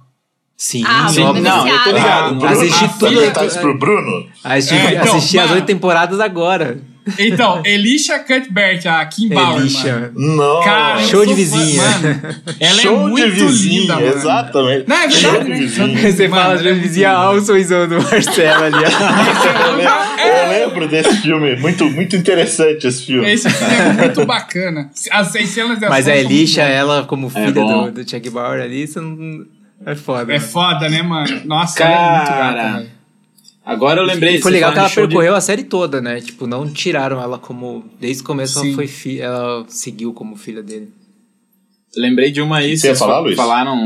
Sim,
Ah,
sim.
vamos
Não,
Não, eu tô
Ah,
ligado.
Bruno,
assisti
tá
tudo.
detalhes pro Bruno.
assisti
É, então,
assisti as
mano.
oito temporadas agora. É
Então, Elisha Cuthbert, a Kim Bauer, mano.
Elisha.
Não.
Cara, eu
Show de
sou fã-
vizinha.
mano, ela é
Show
muito
de vizinha,
linda, mano.
exatamente.
Não, é verdade,
Show de
né?
vizinha.
Você
Mano,
fala,
ela é
já
muito
dizia,
linda.
ah, o sorrisão do Marcelo ali. ó.
Eu
é
lembro, eu lembro desse filme, muito, muito interessante esse filme.
Esse filme é muito bacana. As seis cenas de
Mas
ação
a
são muito
Elisha, ela como filha
É bom.
do, do Chuck Bauer ali, isso não... É foda.
É
né?
foda, né, mano? Nossa, ela é muito
Cara.
gata, velho.
Agora eu lembrei.
E foi
você
legal que
falando
ela
de show de-
percorreu a série toda, né? Tipo, não tiraram ela como. Desde o começo
Sim.
ela foi fi... Ela seguiu como filha dele.
Lembrei de uma aí.
Você ia
vocês
falar,
fa-
Luiz?
Falaram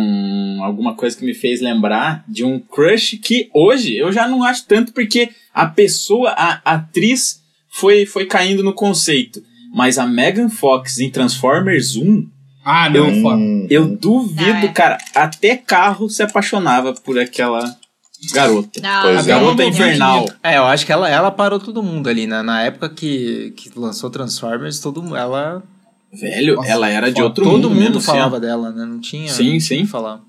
alguma coisa que me fez lembrar de um crush que hoje eu já não acho tanto porque a pessoa, a a atriz, foi, foi caindo no conceito. Mas a Megan Fox em Transformers 1,
Ah, não, é foda.
Hum,
eu duvido,
Não, é.
cara, até carro se apaixonava por aquela garota.
Da-
Pois
A
é.
garota infernal.
É, eu acho que ela, ela parou todo mundo ali, né? Na época que, que lançou Transformers, todo mundo. Ela.
Velho,
Nossa,
ela era de
foda.
outro
todo
mundo,
mundo
mesmo, assim, ó.
falava dela, né? Não tinha.
Sim,
não tinha
sim.
o que Falar.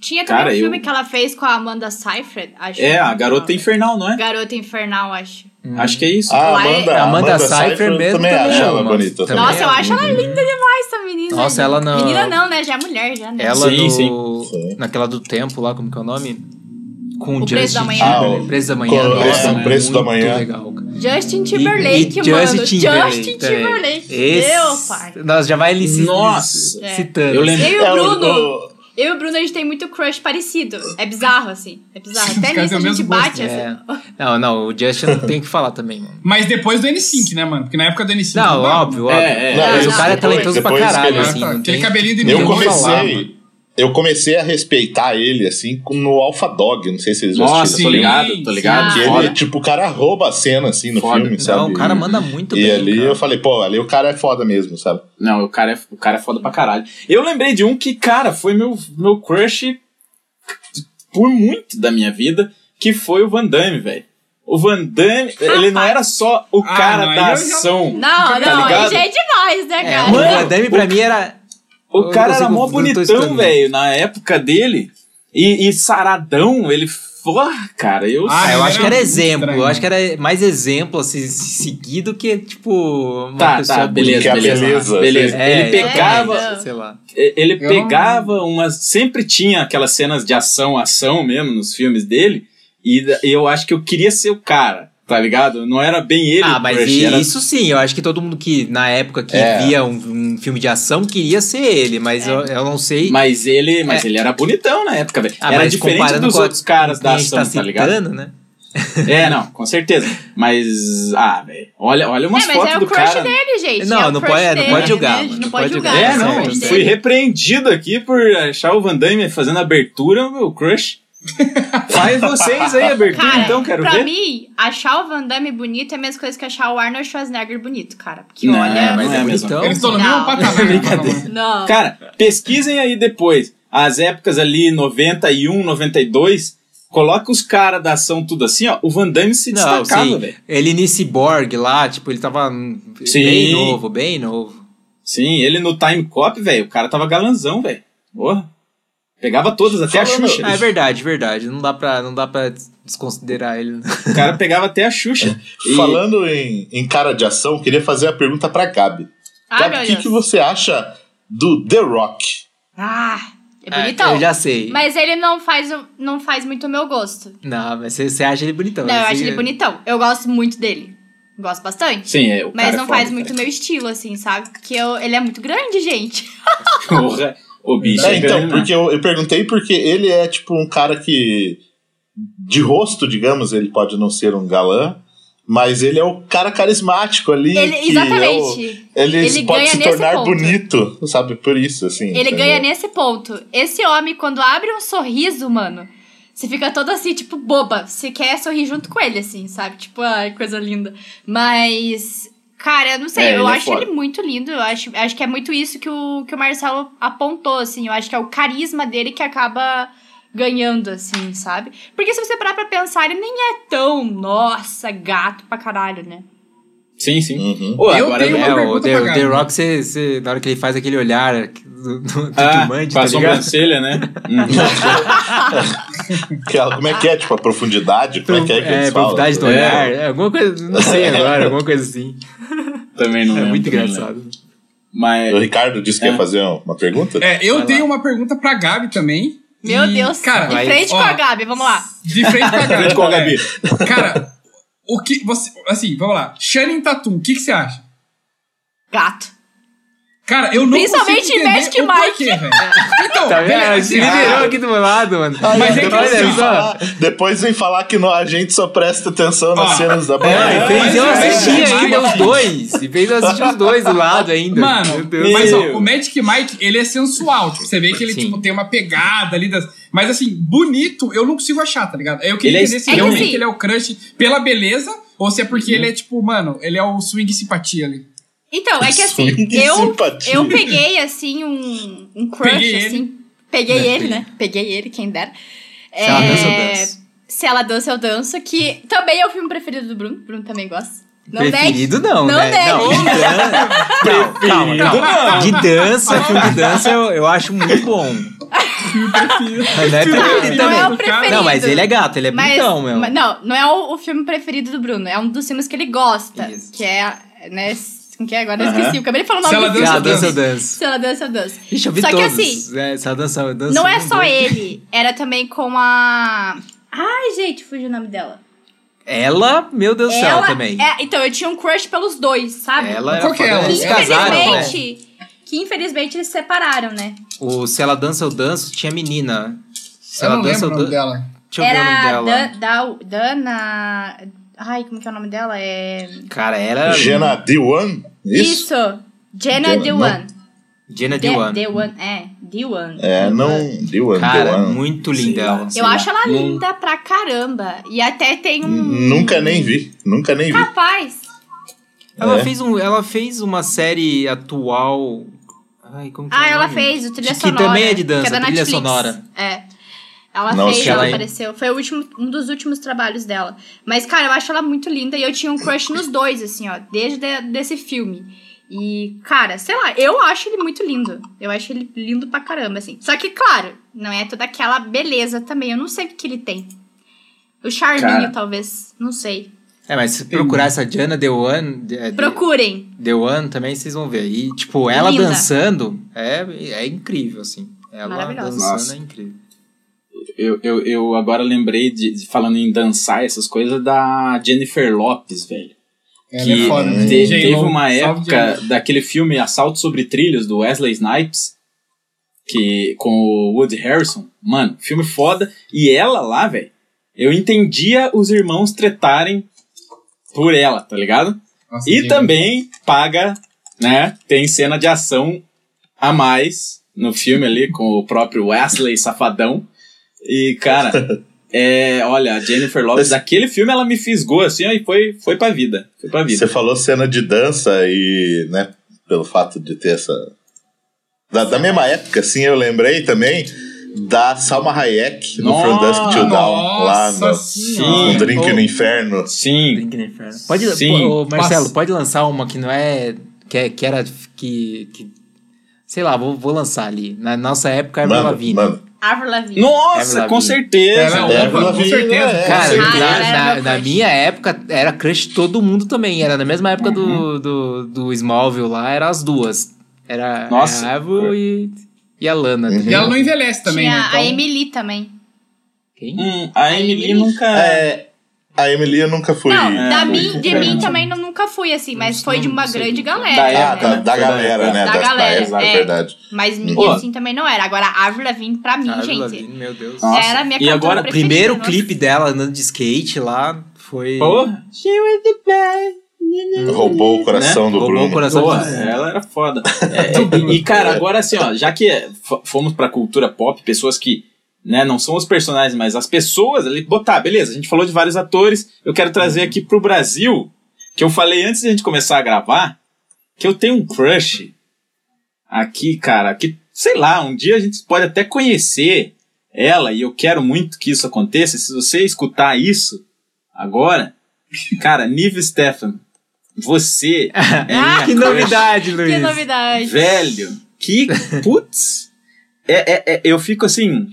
Tinha também
Cara,
um
eu-
filme que ela fez com a Amanda Seyfried, acho.
É, a garota infernal, não é?
Garota Infernal, acho.
Acho que é isso.
A
Ela é-
Ah, Amanda,
A Amanda
Seyfried
Seyfried mesmo
também
também Uhum.
acho
é
ela
uma-
bonita.
também.
Nossa, eu acho ela linda demais, essa menina.
Nossa, ela não-
Menina não, né? Já é mulher, já, né?
Ela
Sim,
no,
sim.
naquela do tempo lá, como que é o nome? Com o,
O Preço da
Justin
Manhã.
Timberlake.
Ah, o-
Preço da Manhã.
com o
nossa,
Preço-
é
Preço da
muito
Manhã.
legal, cara.
Justin Timberlake,
E- e
mano.
Justin Timberlake.
Justin
também.
Timberlake.
Esse-
Meu pai.
Nós já vai ele se-
Nossa.
É.
citando. assim.
Eu lembrei.
Eu e o
É,
Bruno.
o-
Eu e o Bruno, a gente tem muito crush parecido. É bizarro, assim. É bizarro.
Os
Até
caras
nisso
têm
a
o
gente
mesmo
bate,
É.
assim.
Não, não, o Justin não tem o que falar também, mano.
Mas depois do N5, né, mano? Porque na época do N5...
Não,
dava,
óbvio,
mano.
óbvio.
É, é,
Não,
mas
é,
o cara é
depois-
talentoso pra
depois que
caralho,
ele-
assim.
Ah, tá.
não
Aquele
tem-
cabelinho de
não tem
eu
o que
vou
falar, mano.
comecei. Eu comecei a respeitar ele, assim, com- no Alpha Dog. Não sei se vocês já
Nossa,
assistiram.
tô
sim,
ligado, tô
sim.
ligado.
Que
Ah.
ele,
Foda.
tipo, o cara rouba a cena, assim, no
Foda.
filme,
Não,
sabe?
Não, o cara manda muito
E
bem.
ali
cara.
eu falei, pô, ali o cara é foda mesmo, sabe?
Não, o cara, é, o cara é foda pra caralho. Eu lembrei de um que, cara, foi meu, meu crush por muito da minha vida, que foi o Van Damme, velho. O Van Damme, ele não era só o
Ah,
cara da
não, eu já-
ação.
Não,
Tá
não,
ligado?
ele já é demais, né,
É,
cara?
o
Mano,
Van Damme pra mim era.
O
Eu
cara
não
era
consigo-
mó
não tô
bonitão,
escutando.
velho, na época dele. E, e Saradão, ele. Porra, cara, eu.
Ah,
Ah, eu
era
acho que era
muito
exemplo.
estranho.
Eu acho que era mais exemplo assim, seguido que, tipo, uma
Tá,
pessoa
tá,
Que
beleza,
a
beleza.
beleza-
beleza.
É,
ele pegava,
É,
sei lá.
E- Ele
Eu
pegava umas. Sempre tinha aquelas cenas de ação, ação mesmo nos filmes dele. E da- eu acho que eu queria ser o cara, tá ligado? Não era bem ele.
Ah,
o
mas
Crush,
e-
era-
isso sim, eu acho que todo mundo que na época que
É.
via um, um filme de ação queria ser ele, mas eu, eu não sei.
É. Mas ele, mas ele era bonitão na época, velho.
É. Ah,
era
mas
diferente
comparando
dos
com a-
outros caras
quem
da
a gente
ação,
tá
tá, ligado?
citando, né?
É, não, com certeza. Mas, ah, velho, olha, olha umas
mas
fotos
é
do
o crush
cara.
dele, gente.
Não,
é o
não
crush
pode- não
dele,
pode julgar,
Né?
mano,
Não pode julgar.
É,
o
não,
crush
certo.
fui
dele.
repreendido aqui por achar o Van Damme fazendo abertura, meu crush. Faz vocês aí a abertura,
Cara,
então, quero
pra
ver.
mim, achar o Van Damme bonito é a mesma coisa que achar o Arnold Schwarzenegger bonito, cara. Porque
Não,
olha.
mas é a mesma
Então,
Eles estão no mesmo
Não.
patamar. né, um.
Brincadeira.
Não.
Cara, pesquisem aí depois. As épocas ali, 91, 92. Coloca os caras da ação tudo assim, ó. O Van Damme se
Não,
destacava,
sim.
velho.
Ele nesse Borg lá, tipo, ele tava hum,
Sim.
bem novo, bem novo.
Sim, ele no Time Cop, velho, o cara tava galanzão, velho. Porra. Pegava todas, até
Falando-
a Xuxa.
Ah, é verdade, verdade. Não dá pra, não dá pra desconsiderar ele.
O cara pegava até a Xuxa. E-
Falando em, em cara de ação, queria fazer a pergunta pra Gabi.
Ai,
Gabi,
Ah, meu
o que,
Deus.
que você acha do The Rock?
Ah, é
Ah,
bonitão.
eu já sei.
Mas ele não faz, o- não faz muito o meu gosto.
Não, mas você, você acha ele bonitão.
Não, eu
assim,
acho ele
é-
bonitão. Eu gosto muito dele. Gosto bastante.
Sim, é, o
Mas
cara é
não
foda,
faz muito o
velho.
meu estilo, assim, sabe? Porque eu, ele é muito grande, gente.
Porra, o bicho
É,
é,
então,
grande, né?
porque eu, eu perguntei porque ele é tipo um cara que. De rosto, digamos, ele pode não ser um galã, mas ele é o cara carismático ali.
Ele,
que é o-
exatamente.
ele,
Ele
pode
ganha
se
nesse
tornar
ponto.
bonito, sabe? Por isso, assim.
Ele
entendeu?
ganha nesse ponto. Esse homem, quando abre um sorriso, mano, você fica todo assim, tipo, boba. Você quer sorrir junto com ele, assim, sabe? Tipo, ai, coisa linda. Mas. Cara, eu não sei,
É,
eu
ele é
acho
foda.
ele muito lindo. Eu acho, acho que é muito isso que o, que o Marcelo apontou, assim. Eu acho que é o carisma dele que acaba ganhando, assim, sabe? Porque se você parar pra pensar, ele nem é tão, nossa, gato pra caralho, né?
Sim, sim.
Uhum.
Ô,
Eu
agora
tenho
velho,
uma
É, o
pergunta
The,
pra
o The
Gabi.
Rock, você, você- na hora que ele faz aquele olhar do, do, do
ah,
Jumanji,
com
tá
a
ligado?
sobrancelha, né? Uhum.
Que ela- como é que é? Tipo, a profundidade? Como é que é que eles
É,
falam?
profundidade do
É.
olhar, é, alguma coisa, não sei agora, alguma coisa assim.
Também não
É
lembro,
muito
também não
engraçado.
lembro. Mas
O Ricardo disse que
É.
ia fazer uma pergunta?
É, eu
Vai
tenho uma pergunta pra Gabi também.
Meu
E,
Deus,
cara,
de
vai-
frente
ó.
com a Gabi, vamos lá.
De frente pra Gabi.
Frente com a Gabi.
É. Cara, o que você. Assim, vamos lá. Shannon Tatum, o que, que você acha?
Gato.
Cara, eu não
Principalmente
consigo
em Magic
entender o
Mike.
porquê, velho. Então,
Tá vendo?
beleza. Ah,
Se liderou aqui do meu lado, mano.
Mas é que
depois,
assim,
vem
olha só.
falar, depois vem falar que no- a gente só presta atenção nas
Ó,
cenas da
É,
banda.
e fez eu
mas é
assistir
verdade.
ainda os dois. E fez eu assistir os dois do lado ainda. Meu
Mano,
Deus.
mas ó,
Meu.
o Magic Mike, ele é sensual. Tipo, você vê que ele
Sim.
tipo, tem uma pegada ali. Das... Mas assim, bonito, eu não consigo achar, tá ligado? Eu
Ele
queria
é
entender se
estranho.
realmente
É que sim.
ele é o crush pela beleza ou se é porque ele é tipo, mano, ele é o swing simpatia ali.
Então, é que assim,
Swing e
eu,
simpatia.
eu peguei assim um, um crush,
Peguei ele.
assim. Peguei
Né,
ele,
peguei.
né? Peguei ele, quem dera. É,
Se ela dança, eu danço.
Se ela dança, eu danço, que também é o filme preferido do Bruno. Bruno também gosta. Não é negue.
Preferido não,
Não
né?
negue.
de dan- Não, calma, calma. De dança, filme de dança eu, eu acho muito bom. Mas não é preferido
Não é
também.
o preferido.
Não, mas ele é gato, ele é
Mas,
bonitão mesmo.
mas não, não é o, o filme preferido do Bruno, é um dos filmes que ele gosta.
Isso.
Que é, né? s- Com que é? agora eu
Aham.
esqueci. Eu acabei de falar o
Se
nome
ela
do
Se
filme.
ela
eu
Ah, dança, eu
danço.
danço.
Se ela dança, eu danço.
Ixi, eu vi
Só que
todos.
assim,
É, se ela dança, eu danço.
Não é
eu
só
danço.
ele, era também com a. Ai, gente, fugiu o nome dela.
Ela, meu Deus do céu,
Ela-
também.
é, então, eu tinha um crush pelos dois, sabe?
Ela
Qual
era
que é ela?
foda.
que
Eles
se
casaram, né?
infelizmente. Que infelizmente eles se separaram, né?
O Se Ela Dança, Eu Danço tinha menina. Se
eu
Ela
não
Dança,
lembro o
Eu
nome
Danço.
dela.
Deixa eu ver o
Era a
nome dela.
Dan- Dau- Dana. Ai, como que é o nome dela? É.
Cara, era
Jenna Dewan? Isso?
Jenna
Dana,
Dewan.
Jenna
De-
Dewan.
Dewan, é. Dewan.
É, não. Dewan,
Cara,
Dewan.
muito linda
Sei lá.
ela.
Eu acho ela linda pra caramba. E até tem um.
Nunca nem vi. Nunca nem vi.
Capaz.
Ela,
É.
fez um, ela fez uma série atual. Ai, como que é
Ah,
o
ela
nome?
fez o trilha
Que
sonora.
também é de dança,
da
trilha
Netflix.
sonora.
É. Ela
Nossa,
fez,
que ela
ela
é-
apareceu. Foi o último, um dos últimos trabalhos dela. Mas, cara, eu acho ela muito linda e eu tinha um crush nos dois, assim, ó, desde de- desse filme. E, cara, sei lá, eu acho ele muito lindo. Eu acho ele lindo pra caramba, assim. Só que, claro, não é toda aquela beleza também. Eu não sei o que que ele tem. O charminho,
Cara.
talvez. Não sei.
É, mas se procurar essa Diana The One, é, The-
Procurem.
The One também vocês vão ver. E, tipo, ela
Linda.
dançando é, é incrível, assim. Ela
Maravilhosa.
dançando
Nossa.
é incrível.
Eu, eu, eu agora lembrei de, de- falando em dançar essas coisas da Jennifer Lopes, velho.
Ela
que
é foda, né?
te-
J-Lo,
teve uma
salve,
época
J-Lo.
daquele filme Assalto sobre Trilhos do Wesley Snipes, que com o Woody Harrison. Mano, filme foda. E ela lá, velho, eu entendia os irmãos tretarem por ela, tá ligado?
Nossa,
E
J-Lo.
também paga, né? Tem cena de ação a mais no filme ali com o próprio Wesley Safadão. E, cara, é, olha, a Jennifer Lopez, daquele filme ela me fisgou assim ó, e foi, foi pra vida. Foi pra vida.
Você falou cena de dança e, né, pelo fato de ter essa. Da, da mesma época, assim, eu lembrei também da Salma Hayek no From Dusk Till Dawn, lá
Nossa
no
senhora.
Um Drink
Oh.
no Inferno.
Sim.
Drink no Inferno. Pode,
Sim.
pô, ô, Marcelo,
Passa.
pode lançar uma que não é. Que, é- que era. Que, que- sei lá, vou, vou lançar ali. Na nossa época era
Mano,
Lavigne.
mano.
Avril Lavigne.
Nossa, com
Lavigne.
certeza.
Ela é
Avril
Opa, com
Lavigne,
certeza.
é,
Cara,
sim.
Ah,
na-
era
na,
meu
na
crush.
minha época era crush todo mundo também. Era na mesma época
Uhum.
do, do, do Smallville lá, eram as duas. Era
Nossa.
a Avril e, e a Lana. tá
Uhum.
E ela
ligado?
não envelhece também,
Tinha
né?
a
Então-
Emily também.
Quem?
Hum, a Emily
Emily.
nunca.
É, a Emily eu nunca fui.
Não,
É,
da
muito
mim, de
diferente,
mim
né?
também não, nunca fui, assim, mas foi de uma
não sei
grande
quem que é.
galera.
Da
né?
Ah,
época,
da, da
Foi da
galera,
época.
né?
Da
das
galera,
praias, na
é.
verdade.
Mas minha,
Pô.
assim, também não era. Agora, a Avril Lavigne, pra mim,
Avril
gente,
Lavigne, meu Deus.
Nossa.
era a minha
E
cantora
agora,
O
preferida,
primeiro
nossa.
clipe dela andando de skate lá foi.
Porra.
Roubou o coração do
Né? Roubou o
Bruno.
coração
Boa,
de-
ela era foda. É, e, e, cara, agora assim, ó, já que f- fomos pra cultura pop, pessoas que, né, não são os personagens, mas as pessoas ali, botar, beleza, a gente falou de vários atores, eu quero trazer aqui pro Brasil, que eu falei antes de a gente começar a gravar, que eu tenho um crush aqui, cara, que, sei lá, um dia a gente pode até conhecer ela, e eu quero muito que isso aconteça, se você escutar isso agora, cara, Nive Stefan, você é minha
Ah, que
crush.
novidade, Luiz.
Que novidade.
Velho, que putz. é, é, é, eu fico assim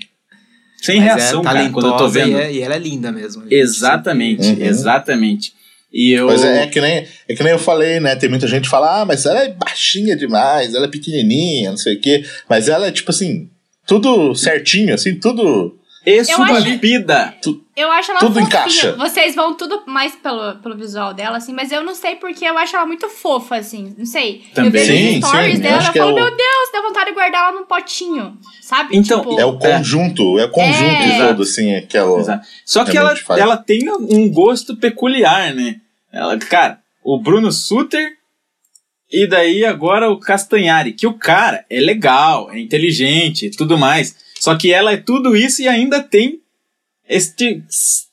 sem
Mas
reação,
é
cara,
talentosa
quando eu tô vendo.
E, é- e ela é linda mesmo. gente.
Exatamente,
Uhum.
exatamente. E eu
Pois é, é que, nem, é que nem eu falei, né? Tem muita gente que fala, ah, mas ela é baixinha demais, ela é pequenininha, não sei o quê. Mas ela é, tipo assim, tudo certinho, assim, tudo...
estupida.
Eu acho ela
Tudo
fofinha.
encaixa.
Vocês vão tudo mais pelo, pelo visual dela, assim, mas eu não sei porque eu acho ela muito fofa, assim. Não sei.
Também.
Eu vejo
Sim,
os stories
sim, eu
dela
acho
eu
que é
falo,
o-
meu Deus, dá vontade de guardar ela num potinho. Sabe?
Então,
tipo,
É o conjunto, é o conjunto
É.
todo, assim, aquela...
Exato. Só que
Realmente
ela,
faz.
ela tem um gosto peculiar, né? Ela, cara, o Bruno Suter e daí agora o Castanhari, que o cara é legal, é inteligente e tudo mais. Só que ela é tudo isso e ainda tem este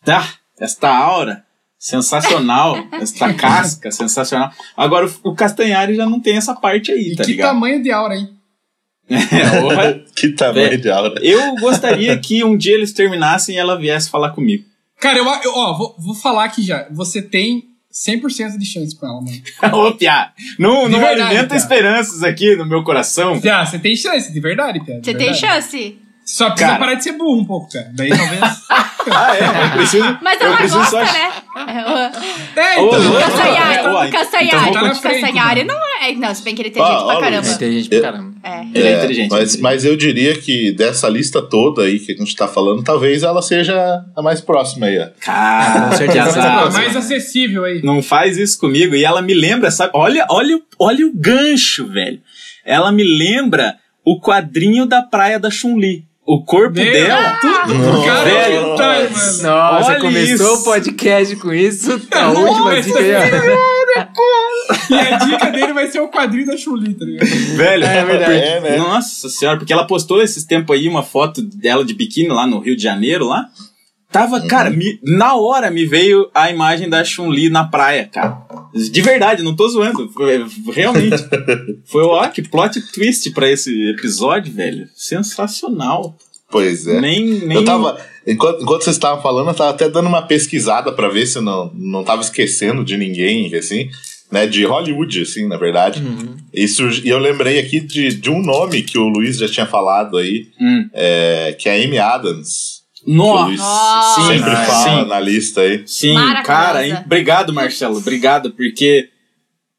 ah, esta aura sensacional, esta casca sensacional. Agora o- o Castanhari já não tem essa parte aí,
E
tá
que
ligado?
tamanho de aura, hein?
É, olha,
Que tamanho
É.
de né? aura.
eu gostaria que um dia eles terminassem e ela viesse falar comigo.
Cara, eu, eu- ó, vou, vou falar aqui já. Você tem 100% de chance com ela, mano.
Ô, Piá, não,
De
não
verdade,
alimenta
Piá.
esperanças aqui no meu coração.
Ah, você tem chance, de verdade, Pedro.
você tem chance.
Só precisa
Cara.
parar de ser burro um pouco, cara. Daí talvez.
Ah, é, eu preciso.
Mas
eu
ela
preciso
gosta,
só...
né?
é,
Ô,
então.
louco. Ué,
Castanhari, o
então
Castanhari,
vou
o
continuar.
Castanhari não é. Não, se bem que ele tem
Ó,
gente pra
ó,
caramba.
Ela é inteligente pra caramba.
É.
Ele é,
É,
inteligente.
Mas, mas eu diria que dessa lista toda aí que a gente tá falando, talvez ela seja a mais próxima aí, ó.
Cara,
Com certeza,
que
mas
azar.
Tá mais acessível aí.
Não faz isso comigo. E ela me lembra, sabe? Olha, olha, o- olha o gancho, velho. Ela me lembra o quadrinho da praia da Chun-Li. O corpo
Meu,
dela.
tudo, cara,
velho.
que tá, mano.
Nossa,
Olha
começou
isso.
o podcast com isso. tá A
Nossa,
última dica aí, ó.
E a dica dele vai ser o quadrinho da Chuli, tá ligado?
Velho,
É verdade.
É, né?
Nossa senhora, porque ela postou esses tempos aí uma foto dela de biquíni lá no Rio de Janeiro, lá. Tava, cara, me- na hora me veio a imagem da Chun-Li na praia, cara. De verdade, não tô zoando. foi- Realmente. Foi, ó, que plot twist pra esse episódio, velho. Sensacional.
Pois é.
Nem, nem.
Eu tava. Enquanto, enquanto vocês estavam falando, eu tava até dando uma pesquisada pra ver se eu não, não tava esquecendo de ninguém, assim. né, de Hollywood, assim, na verdade.
Uhum.
Isso, e eu lembrei aqui de, de um nome que o Luiz já tinha falado aí,
Hum.
é, que é a Amy Adams. Que o
Nossa!
Luiz
Nossa.
sempre
Sim,
fala
sim.
na lista aí.
Sim,
Maravilhosa.
cara, hein? obrigado, Marcelo. Obrigado, porque,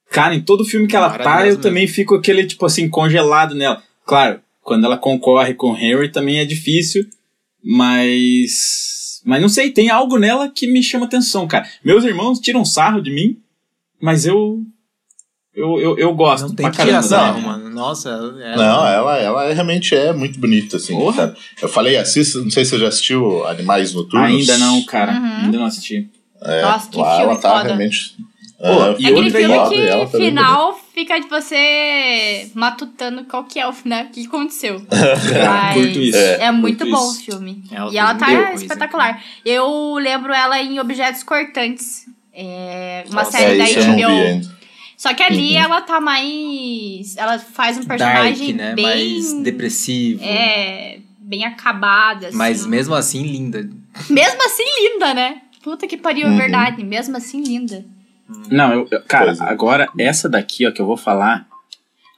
cara, em todo filme que ela tá, eu
Maravilhosa
também fico aquele, tipo assim, congelado nela. Claro, quando ela concorre com o Henry também é difícil, mas. Mas não sei, tem algo nela que me chama atenção, cara. Meus irmãos tiram sarro de mim, mas eu. Eu, eu, eu gosto.
Não
pra
tem
caramba,
tiração,
dela.
mano. Nossa, ela- é
Não, ela, ela realmente é muito bonita, assim.
Porra.
sabe? Eu falei, assista, não sei se você já assistiu Animais Noturnos.
Ainda não, cara.
Uhum.
Ainda não assisti.
É,
Nossa, que
lá
filme
ela tá
foda.
realmente.
Pô,
é,
e
É aquele
outra aí,
filme
foda,
que
e ela tá bem
final fica de você matutando qual que é o final, o que aconteceu.
Cara,
Mas
curto isso. É,
É,
curto
muito
isso.
bom o filme.
Ela
e ela tá
vendeu coisa,
espetacular. Eu lembro ela em Objetos Cortantes. É uma
Nossa,
série
É
da
isso, eu não vi
HBO.
ainda. Uhum.
Só que ali ela tá mais. Ela faz um
dark,
personagem
né?
bem.
Mais depressivo.
É. Bem acabada, assim.
Mas mesmo assim, linda.
Mesmo assim, linda, né? Puta que pariu, é
Uhum.
verdade. Mesmo assim, linda.
Não, eu, eu- cara,
Pois é.
agora essa daqui, ó, que eu vou falar,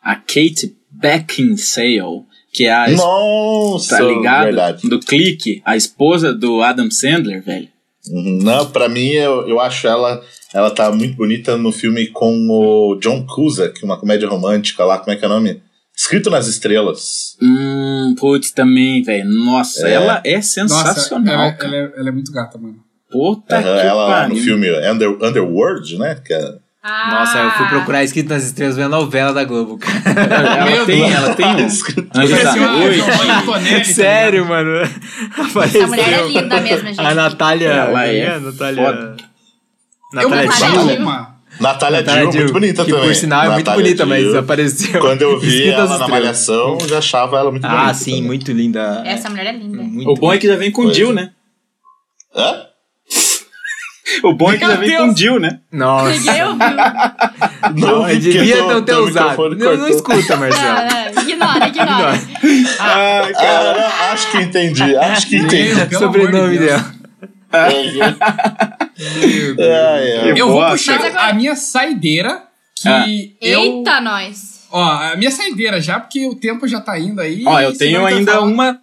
a Kate Beckinsale, que é a
Ah,
es-
Nossa,
tá ligado?
verdade.
Do clique, a esposa do Adam Sandler, velho.
Uhum. Não, pra mim, eu, eu acho ela. Ela tá muito bonita no filme com o John Cusack, uma comédia romântica lá, como é que é o nome? Escrito nas Estrelas.
Hum, putz, também, velho. Nossa,
É.
ela é
Nossa,
sensacional,
ela,
cara.
ela é, ela é muito gata, mano.
Puta
Aham,
que
ela lá
pariu.
no filme Under, Underworld, né? Que é-
Nossa,
Ah.
eu fui procurar Escrito nas Estrelas minha novela da Globo, cara.
Ela
Meu
tem,
Deus.
ela tem um Anjos da
Parecia uma Giovanna
Noite.
Antonelli, tá
Sério, mano. Apareceu.
Essa mulher é linda mesmo, gente.
A Natália.
Ela é
a Natália.
foda.
ligado? Eu
Natália
vou
Natália
Dill.
falar
Dill.
uma.
Natália
Natália
Dill,
Dill,
É, muito bonita
Tá, que
também.
por sinal é muito
Natália
bonita, mas
Dill.
apareceu.
Quando eu vi
Escrito nas
ela na
Estrelas.
Malhação, já achava ela muito bonita.
Ah, sim,
também.
muito linda.
Essa mulher é linda.
Muito
O bom é que já vem com
Pois
Jill,
é.
né?
Hã?
O bom é que já
Meu
vem
Deus.
com Jill, né?
Nossa.
Ninguém ouviu. tá?
Não,
porque
devia
teu-
não ter
teu
usado.
microfone
Não, não
cortou.
escuta,
Não,
Marcelo.
não, Ignora, ignora.
Ah,
Ah, não, acho que entendi, acho que entendi.
Meu, pelo amor de
Sobrenome
Deus.
dela.
Ai, ai.
Eu vou
Boa,
puxar
chega.
a minha saideira, que
Ah.
eu...
Eita, nós.
Ó, a minha saideira já, porque o tempo já tá indo aí.
Ó, eu
senão
tenho
vai
ainda um
falar.
uma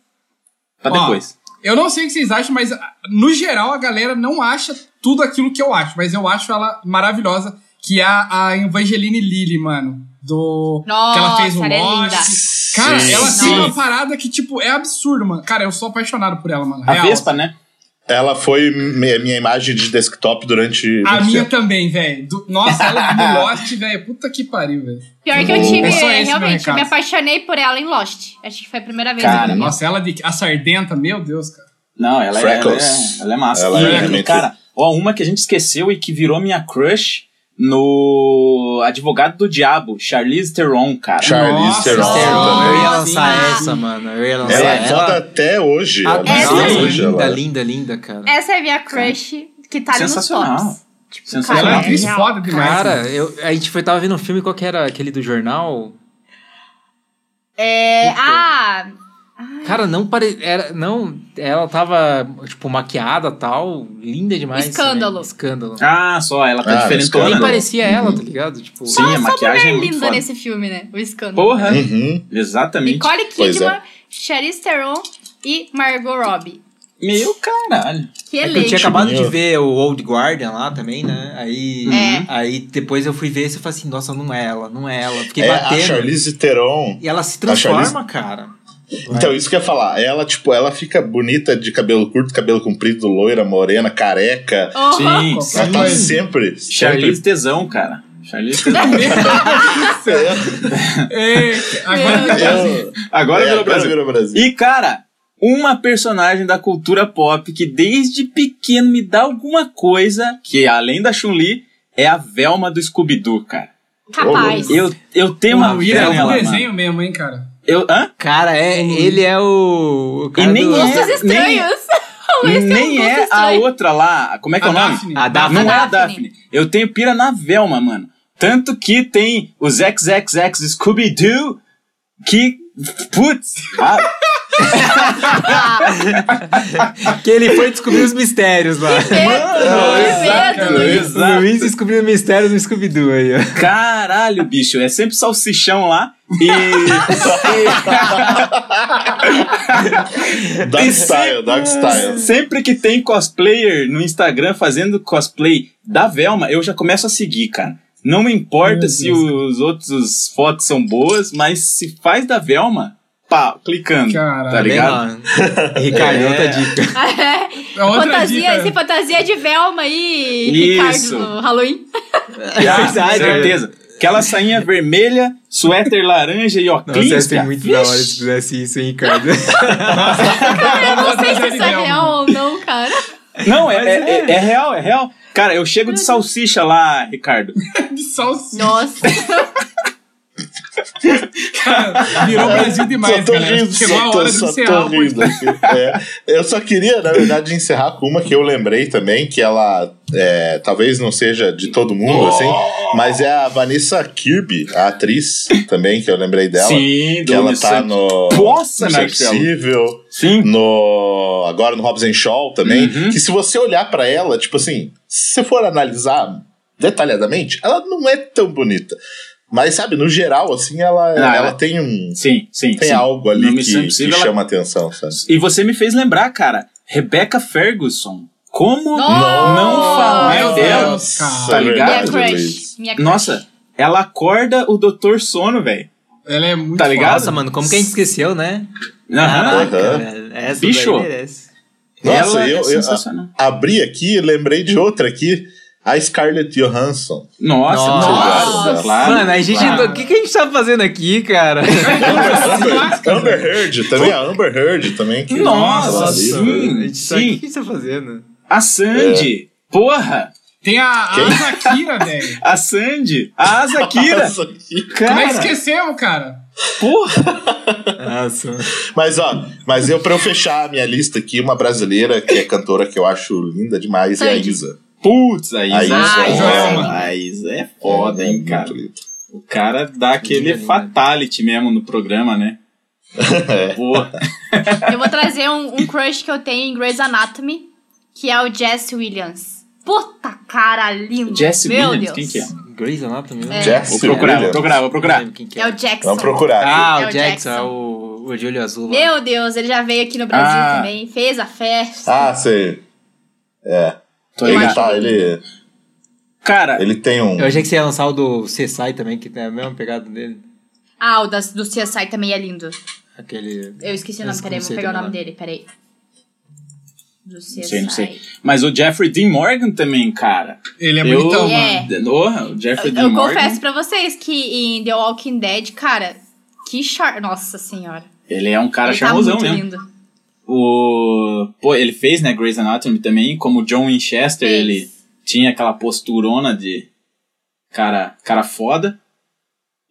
pra
Ó,
depois.
Eu não sei o que vocês acham, mas ah, no geral a galera não acha tudo aquilo que eu acho, mas eu acho ela maravilhosa, que é a, a Evangeline Lilly, mano. Do. que ela
Nossa,
fez um o
ela é
Lost.
linda.
Cara,
Sim,
ela
sim.
tem uma parada que, tipo, é absurdo, mano. Cara, eu sou apaixonado por ela, mano.
A
Real.
Vespa, né?
Ela foi mi- minha imagem de desktop durante.
A
muito
minha
tempo.
também, velho. Do- Nossa, ela do Lost, velho. Puta que pariu, velho.
Pior que eu tive,
É só esse meu
realmente, eu
recado.
me apaixonei por ela em Lost. Acho que foi a primeira vez
Cara,
que eu vi.
Nossa, ela de. A Sardenta, meu Deus, cara.
Não, ela, é- ela,
Freckles.
é, ela é massa.
Ela
e,
é realmente-
cara, ó, uma que a gente esqueceu e que virou minha crush no Advogado do Diabo, Charlize Theron, cara.
Charlize
Nossa,
Theron
Nossa.
Eu
também.
ia lançar
Sim.
essa, mano. Eu ia lançar
Ela é
ela.
foda até hoje.
Ah,
ela é
essa
nossa,
é
foda hoje,
linda,
ela é.
linda, linda, cara.
Essa é a minha crush que tá ali nos tops.
Sensacional.
Tipo,
Sensacional.
Ela é
cara,
uma atriz
genial.
foda demais. mano.
Cara, eu, a gente foi, tava vendo um filme, qual que era aquele do jornal?
É, ah,
Cara, não pare... era Não, ela tava, tipo, maquiada tal, linda demais. né?
Escândalo.
Escândalo.
Ah, só, ela tá
Ah,
diferentona.
mas
Nem
cara,
né?
parecia ela, tá ligado? Tipo,
Sim, a maquiagem é
mulher
muito
linda
foda.
nesse filme, né? O escândalo.
Porra,
Uhum.
exatamente.
Nicole
Pois
Kidman, Charlize Theron e Margot Robbie.
Meu caralho.
Que
É que eu
elenco.
tinha acabado de
Meu.
ver o Old Guardian lá também, né? Aí,
É.
aí depois eu fui ver e eu falei assim, nossa, não é ela, não é ela. Fiquei
É, a
batendo.
Charlize Theron.
E ela se
a Charlize-
transforma, cara.
Então, isso que eu ia falar. Ela, tipo, ela fica bonita de cabelo curto, cabelo comprido, loira, morena, careca.
Oh,
Sim,
Qualquer
Ela
Sim.
tá sempre. sempre
Charlize Tesão, cara. Charlize Tesão.
Ei, agora
Eu-
Agora
É,
virou Brasil.
virou Brasil.
E, cara, uma personagem da cultura pop que desde pequeno me dá alguma coisa, que além da Chun-Li, é a Velma do Scooby-Doo, cara.
capaz.
Eu, eu tenho
o
uma
Will é
Velma,
um
mano.
desenho mesmo, hein, cara.
Eu, hã?
Cara, é, ele é o, o cara
E nem
do...
é.
Gostos estranhos. Esse é um
Nem
gosto
é a
estranho.
outra lá. Como é que é o
A
nome?
Daphne.
A Daphne.
Não é a
Daphne.
Daphne. Eu tenho pira na Velma, mano. Tanto que tem os XXX Scooby-Doo que. Putz! ah,
que ele foi descobrir os mistérios lá.
Que medo, que medo, Luiz.
O Luiz descobriu os mistérios do Scooby-Doo aí, ó.
Caralho, bicho, é sempre salsichão lá. E.
Dog style, dog
e
style.
Tá, sempre que tem cosplayer no Instagram fazendo cosplay da Velma, eu já começo a seguir, cara. Não me importa
Meu
se
Deus,
os outros fotos são boas, mas se faz da Velma, pá, clicando.
Caralho.
Tá ligado?
Bem, ó, Ricardo,
Ah,
É.
outra dica.
É outra
fantasia,
dica.
esse fantasia de Velma e
Isso.
Ricardo no Halloween.
Ah,
verdade,
certeza. Aquela sainha vermelha, suéter laranja e
Nossa, ia
óculos.
é
ser muito da hora se fizesse isso, hein, Ricardo?
Eu não sei se isso é
Velma.
real ou não, cara.
Não, é, é- é- é real, é real. Cara, eu chego de salsicha lá, Ricardo.
De salsicha.
Nossa.
Virou É um Brasil
Só
demais,
tô
galera.
rindo,
Chegou a
só tô,
hora de
só
encerrar
tô
o podcast.
rindo aqui. É, eu só queria, na verdade, encerrar com uma que eu lembrei também, que ela é, talvez não seja de todo mundo,
Oh!
assim, mas é a Vanessa Kirby, a atriz também, que eu lembrei dela.
Sim,
que ela
Douglas
tá
Santos.
no.
Nossa,
Missão
Marcelo.
Impossível,
Sim.
no agora no Hobbs and Shaw também,
Uhum.
que se você olhar pra ela, tipo assim, se você for analisar detalhadamente, ela não é tão bonita. Mas sabe, no geral assim, ela
Ah,
ela
é.
tem um
Sim, sim.
tem
sim.
algo
No
ali que,
Missão
que
Impossível, ela-
chama atenção, sabe?
E você me fez lembrar, cara, Rebecca Ferguson. Como
Nossa!
não falar
Meu
dela?
Deus, cara.
Tá ligado?
Minha
É Verdade, Luiz.
crush. Minha crush.
Nossa, ela acorda o Dr. Sono, velho.
Ela é muito
Tá
foda.
ligado?
Nossa, mano, como que a gente esqueceu, né?
Aham.
Caraca,
Aham.
velho, essa
Bicho.
daí merece.
Nossa,
ela
eu,
é
eu
sensacional.
a- abri aqui e lembrei de outra aqui, a Scarlett Johansson.
Nossa, claro,
Nossa.
claro.
Mano, a
Ah.
gente.
claro.
O que, que a gente tá fazendo aqui, cara?
Amber, Amber Heard também, a Amber Heard também que
Nossa,
ali,
sim,
a gente tá- O
sim.
que a gente tá fazendo?
A Sandy.
É.
Porra!
Tem a a
Quem?
Asa Kira, velho.
A Sandy. A Asa Kira.
Nossa, que-
Como é que
Cara,
esqueceu, cara?
porra.
Nossa.
Mas ó, mas eu pra eu fechar a minha lista aqui, uma brasileira que é cantora que eu acho linda demais é a
Sandy.
Isa.
Putz, a
A
Isa.
Isa
Ai,
é
Joelma.
uma-
A Isa é foda,
é
hein,
muito
cara. né?
linda.
O cara dá aquele
Lindo, lindo.
fatality mesmo no programa, né?
É.
Porra.
Eu vou trazer um, um crush que eu tenho em Grey's Anatomy, que é o Jesse Williams. Puta cara linda.
Jesse
Meu
Williams,
Deus.
quem que é?
Grey's Anatomy, né?
Jess
Vou procurar, vou
Williams.
procurar, vou
Não
procurar.
lembro quem que
É o Jackson.
Vamos procurar aqui.
Ah,
É
o
o
Jackson,
Jackson.
é o, o de olho azul. lá.
Meu Deus, ele já veio aqui no Brasil
Ah.
também, fez a festa.
Ah, sei. É.
Tô
Ele,
ligado.
tá, ele,
Cara,
ele tem um.
Eu achei que você ia lançar o do CSI também, que tem a mesma pegada dele.
Ah, o das, do CSI também é lindo.
Aquele.
Eu esqueci o
Mas
nome, peraí,
como
vou
você
pegar o
tem
nome
nome?
dele, peraí. Do CSI.
sei, é não sei. mas o Jeffrey Dean Morgan também, cara.
Ele é
Eu-
bonitão,
É.
mano.
Porra, o Jeffrey
Eu,
Dean
eu
Morgan.
confesso pra vocês que em The Walking Dead, cara, que char... Nossa senhora.
Ele é um cara
ele tá
charmosão
muito
mesmo.
lindo.
O... Pô, ele fez, né, Grey's Anatomy também, como o John Winchester,
Fez.
ele tinha aquela posturona de cara, cara foda.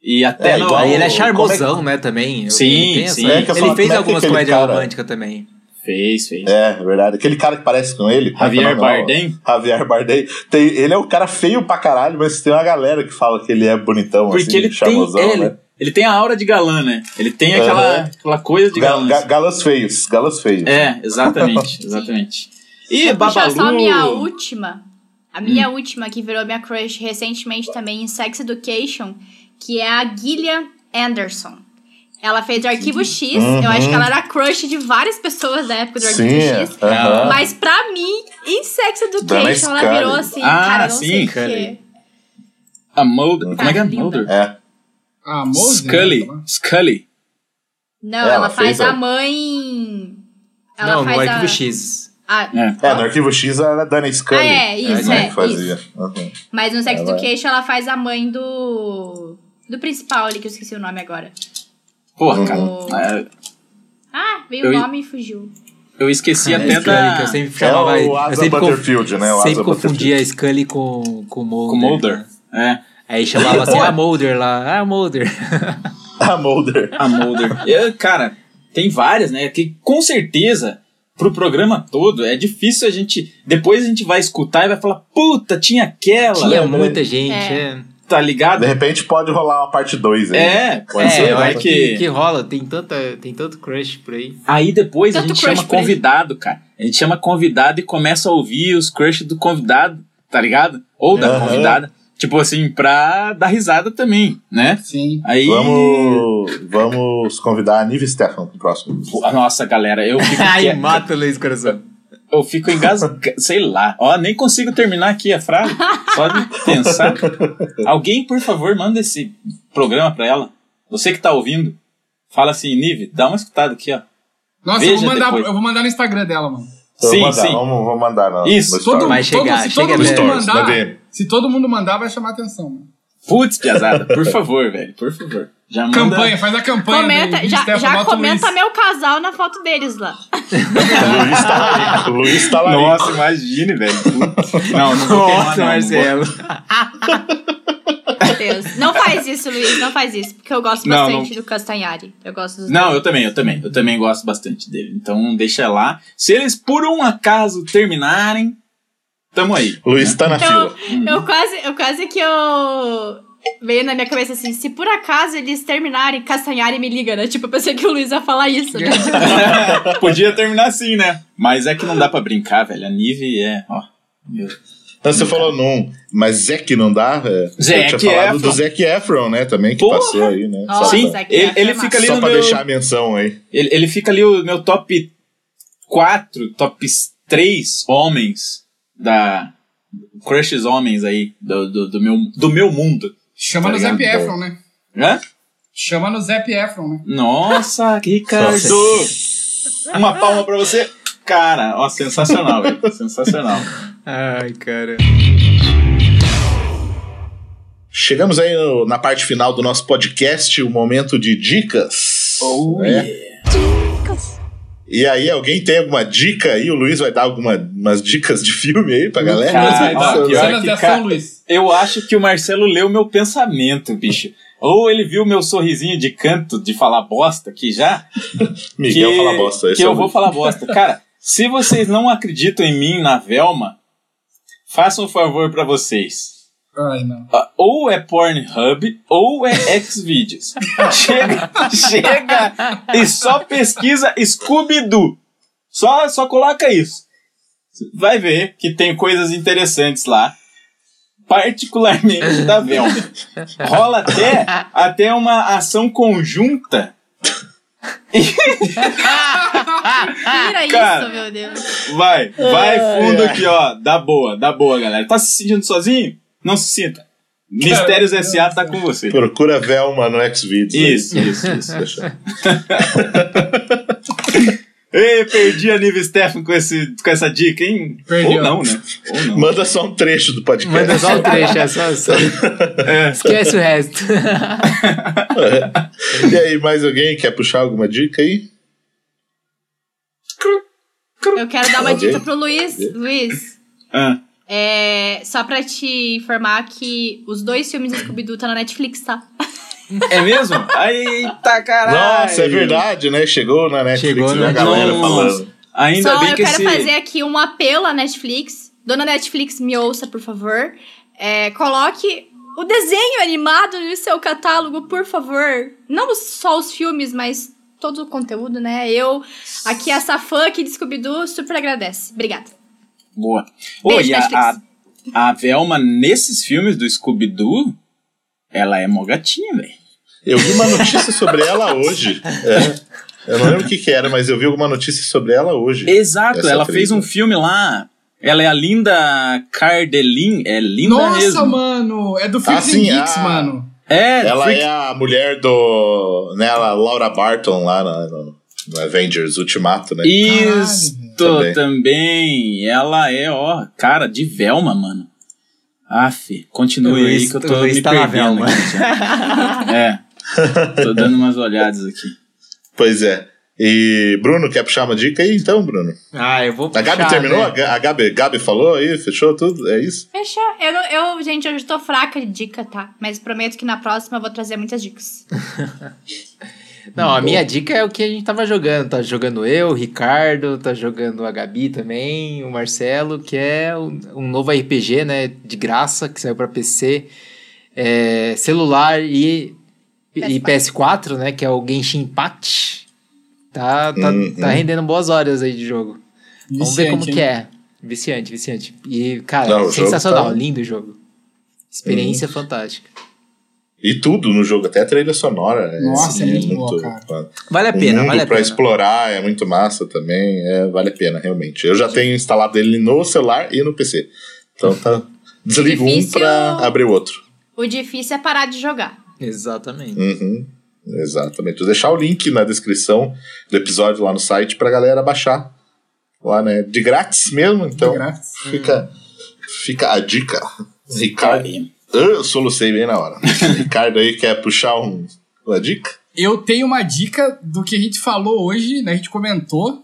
E até
É,
no-
igual-
Aí ele é charmosão,
Como
né, também. Eu-
Sim,
ele tem
sim.
É que eu
Ele
falo,
fez
como é que
algumas
aquele
comédias
cara-
românticas também.
Fez, fez.
É, verdade. Aquele cara que parece com ele. como é que é o
Javier
nome?
Bardem?
Javier Bardem. Tem, ele é um cara feio pra caralho, mas tem uma galera que fala que ele é bonitão,
Porque
assim,
ele
charmosão,
tem. Ele,
né?
ele tem a aura de galã, né? Ele tem aquela,
Aham.
aquela coisa de
Ga-
galã.
ga- Galas feios, galas feios.
É, exatamente, exatamente. E
Vou puxar
Babalu. Hum.
só a minha última. A minha última, que virou minha crush recentemente também em Sex Education, que é a Gillian Anderson. Ela fez o Arquivo X, eu acho que ela era crush de várias pessoas da época do Arquivo
Sim.
é.
é,
X.
aham.
Mas pra mim, em Sex
Dana
Education,
Ah. Scully.
ela virou assim,
Ah,
cara, não
sim,
sei o
cara.
que.
A Mulder. Como é que é?
Cara, linda.
Mulder?
É.
Ah, Moses.
Scully.
né?
Scully.
Não,
Ela
ela, faz
fez a-
a mãe. Ela
Não,
faz
no Arquivo
a...
X.
a-
É, no arquivo X era a Dana Scully.
Ah, é, isso,
né,
é,
que fazia. Uhum.
Mas no Sex
Ela-
Education ela faz a mãe do. Do principal ali, que eu esqueci o nome agora.
Porra, cara.
Uhum.
é,
Ah, veio
Eu-
o nome e fugiu.
Eu esqueci
É,
até
Scully, que
da.
eu sempre
É
chamava.
o
eu
Asa
sempre, conf-
Butterfield, né? O
sempre
Asa Butterfield.
confundia a Scully com, com o Mulder.
Com Mulder. É.
Aí chamava assim, ah, Mulder lá, ah, Mulder.
A Mulder.
A Mulder. Eu, cara, tem várias, né? Que com certeza, pro programa todo, é difícil a gente. Depois a gente vai escutar e vai falar, puta, tinha aquela.
Tinha um
lembrei.
muita gente,
É.
é.
tá ligado?
De repente pode rolar uma parte 2 aí.
É,
Pode ser,
é, eu
né?
acho que... Que, rola, tem, tanta, tem tanto crush por aí.
Aí depois a
Tanto
gente
crush
chama
por ele.
convidado, cara. A gente chama convidado e começa a ouvir os crush do convidado, tá ligado? Ou da
Aham.
convidada. Tipo assim, pra dar risada também, né?
Sim.
Aí.
Vamos, vamos convidar a Nive Stefan pro próximo.
Nossa, galera, eu fico.
Ai, mata o Luiz Coração.
Eu fico engasgado, sei lá. Ó, nem consigo terminar aqui a frase. Só de pensar. Alguém, por favor, manda esse programa pra ela. Você que tá ouvindo, fala assim, Nive, dá uma escutada aqui, ó.
Nossa,
Veja
eu, vou mandar,
depois.
eu vou mandar no Instagram dela, mano.
Eu
Sim,
vou mandar,
sim.
Vamos, vamos mandar na,
Isso,
no
Todo,
story.
Vai chegar,
todo, se
chega
todo mundo
dela. Stories,
mandar,
na DM.
se todo mundo mandar, vai chamar atenção, mano.
Putz, piazada, por favor, velho, por favor. Já manda.
Campanha, faz a campanha. do-
Comenta,
do
já,
Stefan,
já
bota o
comenta
Luiz.
meu casal na foto deles lá.
Luiz Talarico. Luiz tá Talarico.
Nossa, imagine, velho. Putz. Não, não vou queimar,
Nossa,
não,
Marcelo.
Meu Deus. Não faz isso, Luiz, não faz isso. Porque eu gosto
Não,
bastante do Castanhari. Eu gosto dos
Não, eu também, eu também. Eu também gosto bastante dele. Então deixa lá. Se eles por um acaso terminarem, tamo aí.
Luiz tá na
Então,
fila.
eu quase, eu quase que eu. Veio na minha cabeça assim, se por acaso eles terminarem, Castanhari me liga, né? Tipo, eu pensei que o Luiz ia falar isso. Né?
Podia terminar assim, né? Mas é que não dá pra brincar, velho. A Nive é, ó. Meu.
Então, você falou num, mas Zac não dá? É,
Zac
eu tinha falado
Efron.
do Zac Efron, né? Também que
Porra.
passou aí, né?
Nossa,
Sim,
Zac
ele,
Efron
ele
é
fica
massa.
ali
só
no
pra
meu,
deixar a menção aí.
ele, ele fica ali o meu top 4, top 3 homens da crushes homens aí do, do, do meu do meu mundo.
Chama
Tá
no Zac
ligado?
Efron, né?
Hã?
Chama no Zac Efron, né?
Nossa, Ricardo! Uma palma pra você. Cara, ó, sensacional, velho. Sensacional.
Ai, cara.
Chegamos aí no- na parte final do nosso podcast, o momento de dicas. né?
É.
E aí, alguém tem alguma dica aí? O Luiz vai dar algumas dicas de filme aí pra galera?
Cara,
Não sei,
ó,
não sei.
pior
Cenas é
que
de ação,
ca-
Luiz.
Eu acho que o Marcelo leu meu pensamento, bicho. Ou ele viu meu sorrisinho de canto de falar bosta aqui já,
Miguel fala bosta. esse
Que
é
eu
o
vou falar bosta. Cara, se vocês não acreditam em mim na Velma, façam um favor pra vocês.
Ai, não.
Ah, Ou é Pornhub ou é Xvideos. chega, chega e só pesquisa Scooby-Doo. Só, só coloca isso. Vai ver que tem coisas interessantes lá. Particularmente da Velma. Rola até, até uma ação conjunta Cara.
Tira isso, meu Deus.
Vai, vai
Ai,
fundo
ai.
aqui, ó. Dá boa, dá boa, galera. Tá se sentindo sozinho? Não se sinta. Mistérios S.A. tá com você.
Procura Velma no Xvideos. aí.
Isso, isso, isso.
Deixa-
Ei, perdi a Nive Stefan com, esse, com essa dica, hein?
Perdeu.
Ou não, né? Ou não.
Manda só um trecho do podcast.
Manda só um trecho, é só, só.
É.
Esquece o resto.
E aí, mais alguém quer puxar alguma dica aí?
Eu quero dar uma
Alguém?
dica pro Luiz. Luiz,
Ah,
é, só pra te informar que os dois filmes do Scooby-Doo tá na Netflix, tá?
é mesmo? Eita, caralho!
Nossa, é verdade, né? Chegou na Netflix,
Chegou
né,
na
a galera
Netflix.
falando.
Ainda
Só
bem
eu
que
quero
esse...
fazer aqui um apelo à Netflix. Dona Netflix, me ouça, por favor. É, coloque o desenho animado no seu catálogo, por favor. Não só os filmes, mas todo o conteúdo, né? Eu, aqui, essa fã que descobriu super agradece. Obrigada.
Boa.
Beijo,
Oi, a,
Netflix.
a, a Velma, nesses filmes do Scooby-Doo, ela é mó gatinha, velho.
Eu vi uma notícia sobre ela hoje. É. Eu não lembro o que, que era, mas eu vi alguma notícia sobre ela hoje.
Exato,
Essa
ela
atriz,
fez um
né?
filme lá. Ela é a linda Cardelin. É linda
Nossa,
mesmo.
mano. É do
Ah,
Freaks and
sim,
Geeks,
ah.
mano.
É,
Ela
freak-
é a mulher do. Né, a Laura Barton lá na- no, no Avengers Ultimato, né?
Isto
Caralho, velho.
também. Ela é, ó, cara, de Velma, mano. Aff, continue aí
Luiz-
que eu tô
Luiz
me
tá na
perdendo.
Velma.
aqui, já. é. Tô dando umas olhadas aqui.
Pois é. E Bruno, quer puxar uma dica aí então, Bruno?
Ah, eu vou
A Gabi
puxar,
terminou?
né?
A Ga- A Gabi, Gabi falou aí? Fechou tudo? É isso?
Fechou. Eu, não- eu, gente, hoje eu tô fraca de dica, tá? Mas prometo que na próxima eu vou trazer muitas dicas.
Não, a minha dica é o que a gente tava jogando. Tá jogando eu, o Ricardo, tá jogando a Gabi também, o Marcelo, que é um, um novo RPG, né? De graça, que saiu pra PC. é, celular e, e PS4, né? Que é o Genshin Impact. Tá, tá,
Hum,
tá rendendo boas horas aí de jogo. Vamos ver como
Viciante,
que
hein?
é. Viciante, viciante. E, cara, é
Não, o jogo
sensacional.
tá- Uhum.
Lindo o jogo. Experiência fantástica.
E tudo no jogo, até a trilha sonora. é,
Nossa, é muito boa,
Vale
Vale a
o
É pena,
mundo
vale a
pra
pena.
explorar é muito massa também. é, vale a pena, realmente. Eu já tenho instalado ele no celular e no PC. Então tá. Desligo um
Difícil.
pra abrir o outro.
O difícil é parar de jogar.
Exatamente.
Uhum, exatamente. Vou deixar o link na descrição do episódio lá no site pra galera baixar. Lá, né? De grátis mesmo, então.
grátis.
Fica, fica a dica. Ricardo. Ah, Eu solucei bem na hora. Ricardo aí quer puxar um, uma dica?
Eu tenho uma dica do que a gente falou hoje, né? A gente comentou.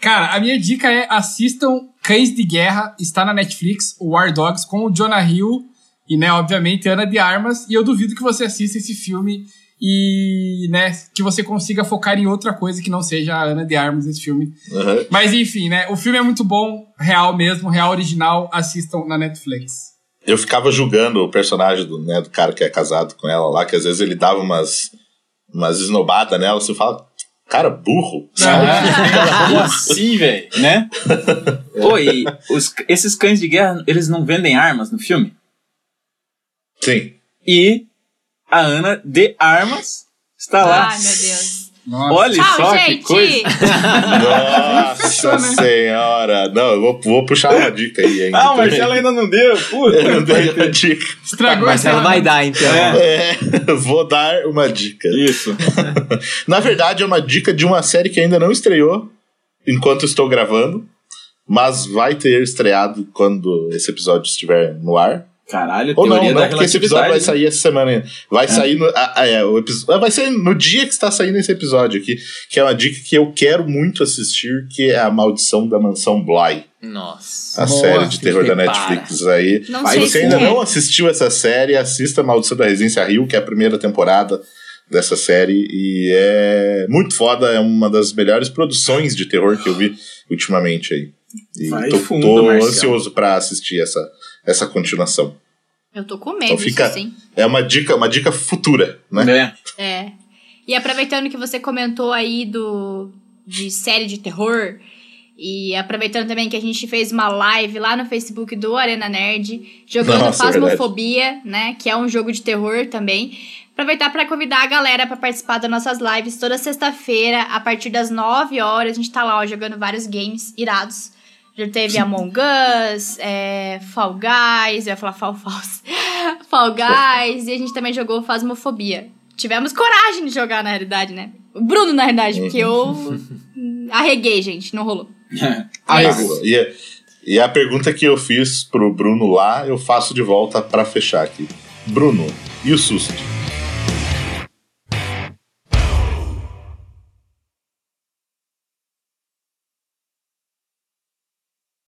Cara, a minha dica é assistam Cães de Guerra, está na Netflix, o War Dogs, com o Jonah Hill e, né, obviamente, Ana de Armas. E eu duvido que você assista esse filme e, né, que você consiga focar em outra coisa que não seja a Ana de Armas nesse filme.
Uhum.
Mas, enfim, né, o filme é muito bom, real mesmo, real original, assistam na Netflix.
Eu ficava julgando o personagem do, né, do cara que é casado com ela lá, que às vezes ele dava umas, umas esnobadas nela, você fala, cara, burro.
Ah, Como assim, velho? Né? Pô, e os- esses cães de guerra, eles não vendem armas no filme?
Sim.
E a Ana de armas está lá.
Ai, meu Deus.
Nossa.
Olha
Tchau,
só que coisa.
gente!
Nossa
Fechou, né?
senhora. Não, eu vou, vou puxar uma dica aí ainda.
Ah, o
também.
Marcelo ainda não deu.
é
Eu não
Puta.
dei a dica.
Estragou
Mas
essa-
ela vai dar, então.
É.
É, vou dar uma dica.
Isso.
Na verdade, é uma dica de uma série que ainda não estreou enquanto estou gravando, mas vai ter estreado quando esse episódio estiver no ar.
Caralho,
Ou não,
teoria
não,
da
porque esse episódio
relatividade.
vai
né?
sair essa semana ainda. Vai sair no. ah, ah, é, o episo- ah, vai sair no dia que está saindo esse episódio aqui, que é uma dica que eu quero muito assistir, que é a Maldição da Mansão Bly.
Nossa.
A
Nossa,
série de terror da
prepara.
Netflix aí.
Não
se
sei
você
se
ainda
é.
não assistiu essa série, assista Maldição da Residência Rio, que é a primeira temporada dessa série. E é muito foda, é uma das melhores produções de terror que eu vi ultimamente aí. E
Vai
tô,
fundo,
tô
Marcelo.
ansioso pra assistir essa, essa continuação.
Eu tô com medo
Então fica-
disso, sim.
É uma dica, uma dica futura, né?
É.
É. E aproveitando que você comentou aí do de série de terror e aproveitando também que a gente fez uma live lá no Facebook do Arena Nerd jogando
Nossa, é verdade.
Fasmofobia, né, que é um jogo de terror também. Aproveitar para convidar a galera para participar das nossas lives toda sexta-feira a partir das 9 horas, a gente tá lá ó, jogando vários games irados. Já teve Among Us, é, Fall Guys, eu ia falar Fall Falls. Fall Guys, e a gente também jogou Fasmofobia. Tivemos coragem de jogar, na realidade, né? O Bruno, na realidade, porque eu arreguei, gente, não rolou.
né?
Ah,
É
e, a- e é a pergunta que eu fiz pro Bruno lá, eu faço de volta pra fechar aqui. Bruno, e o susto?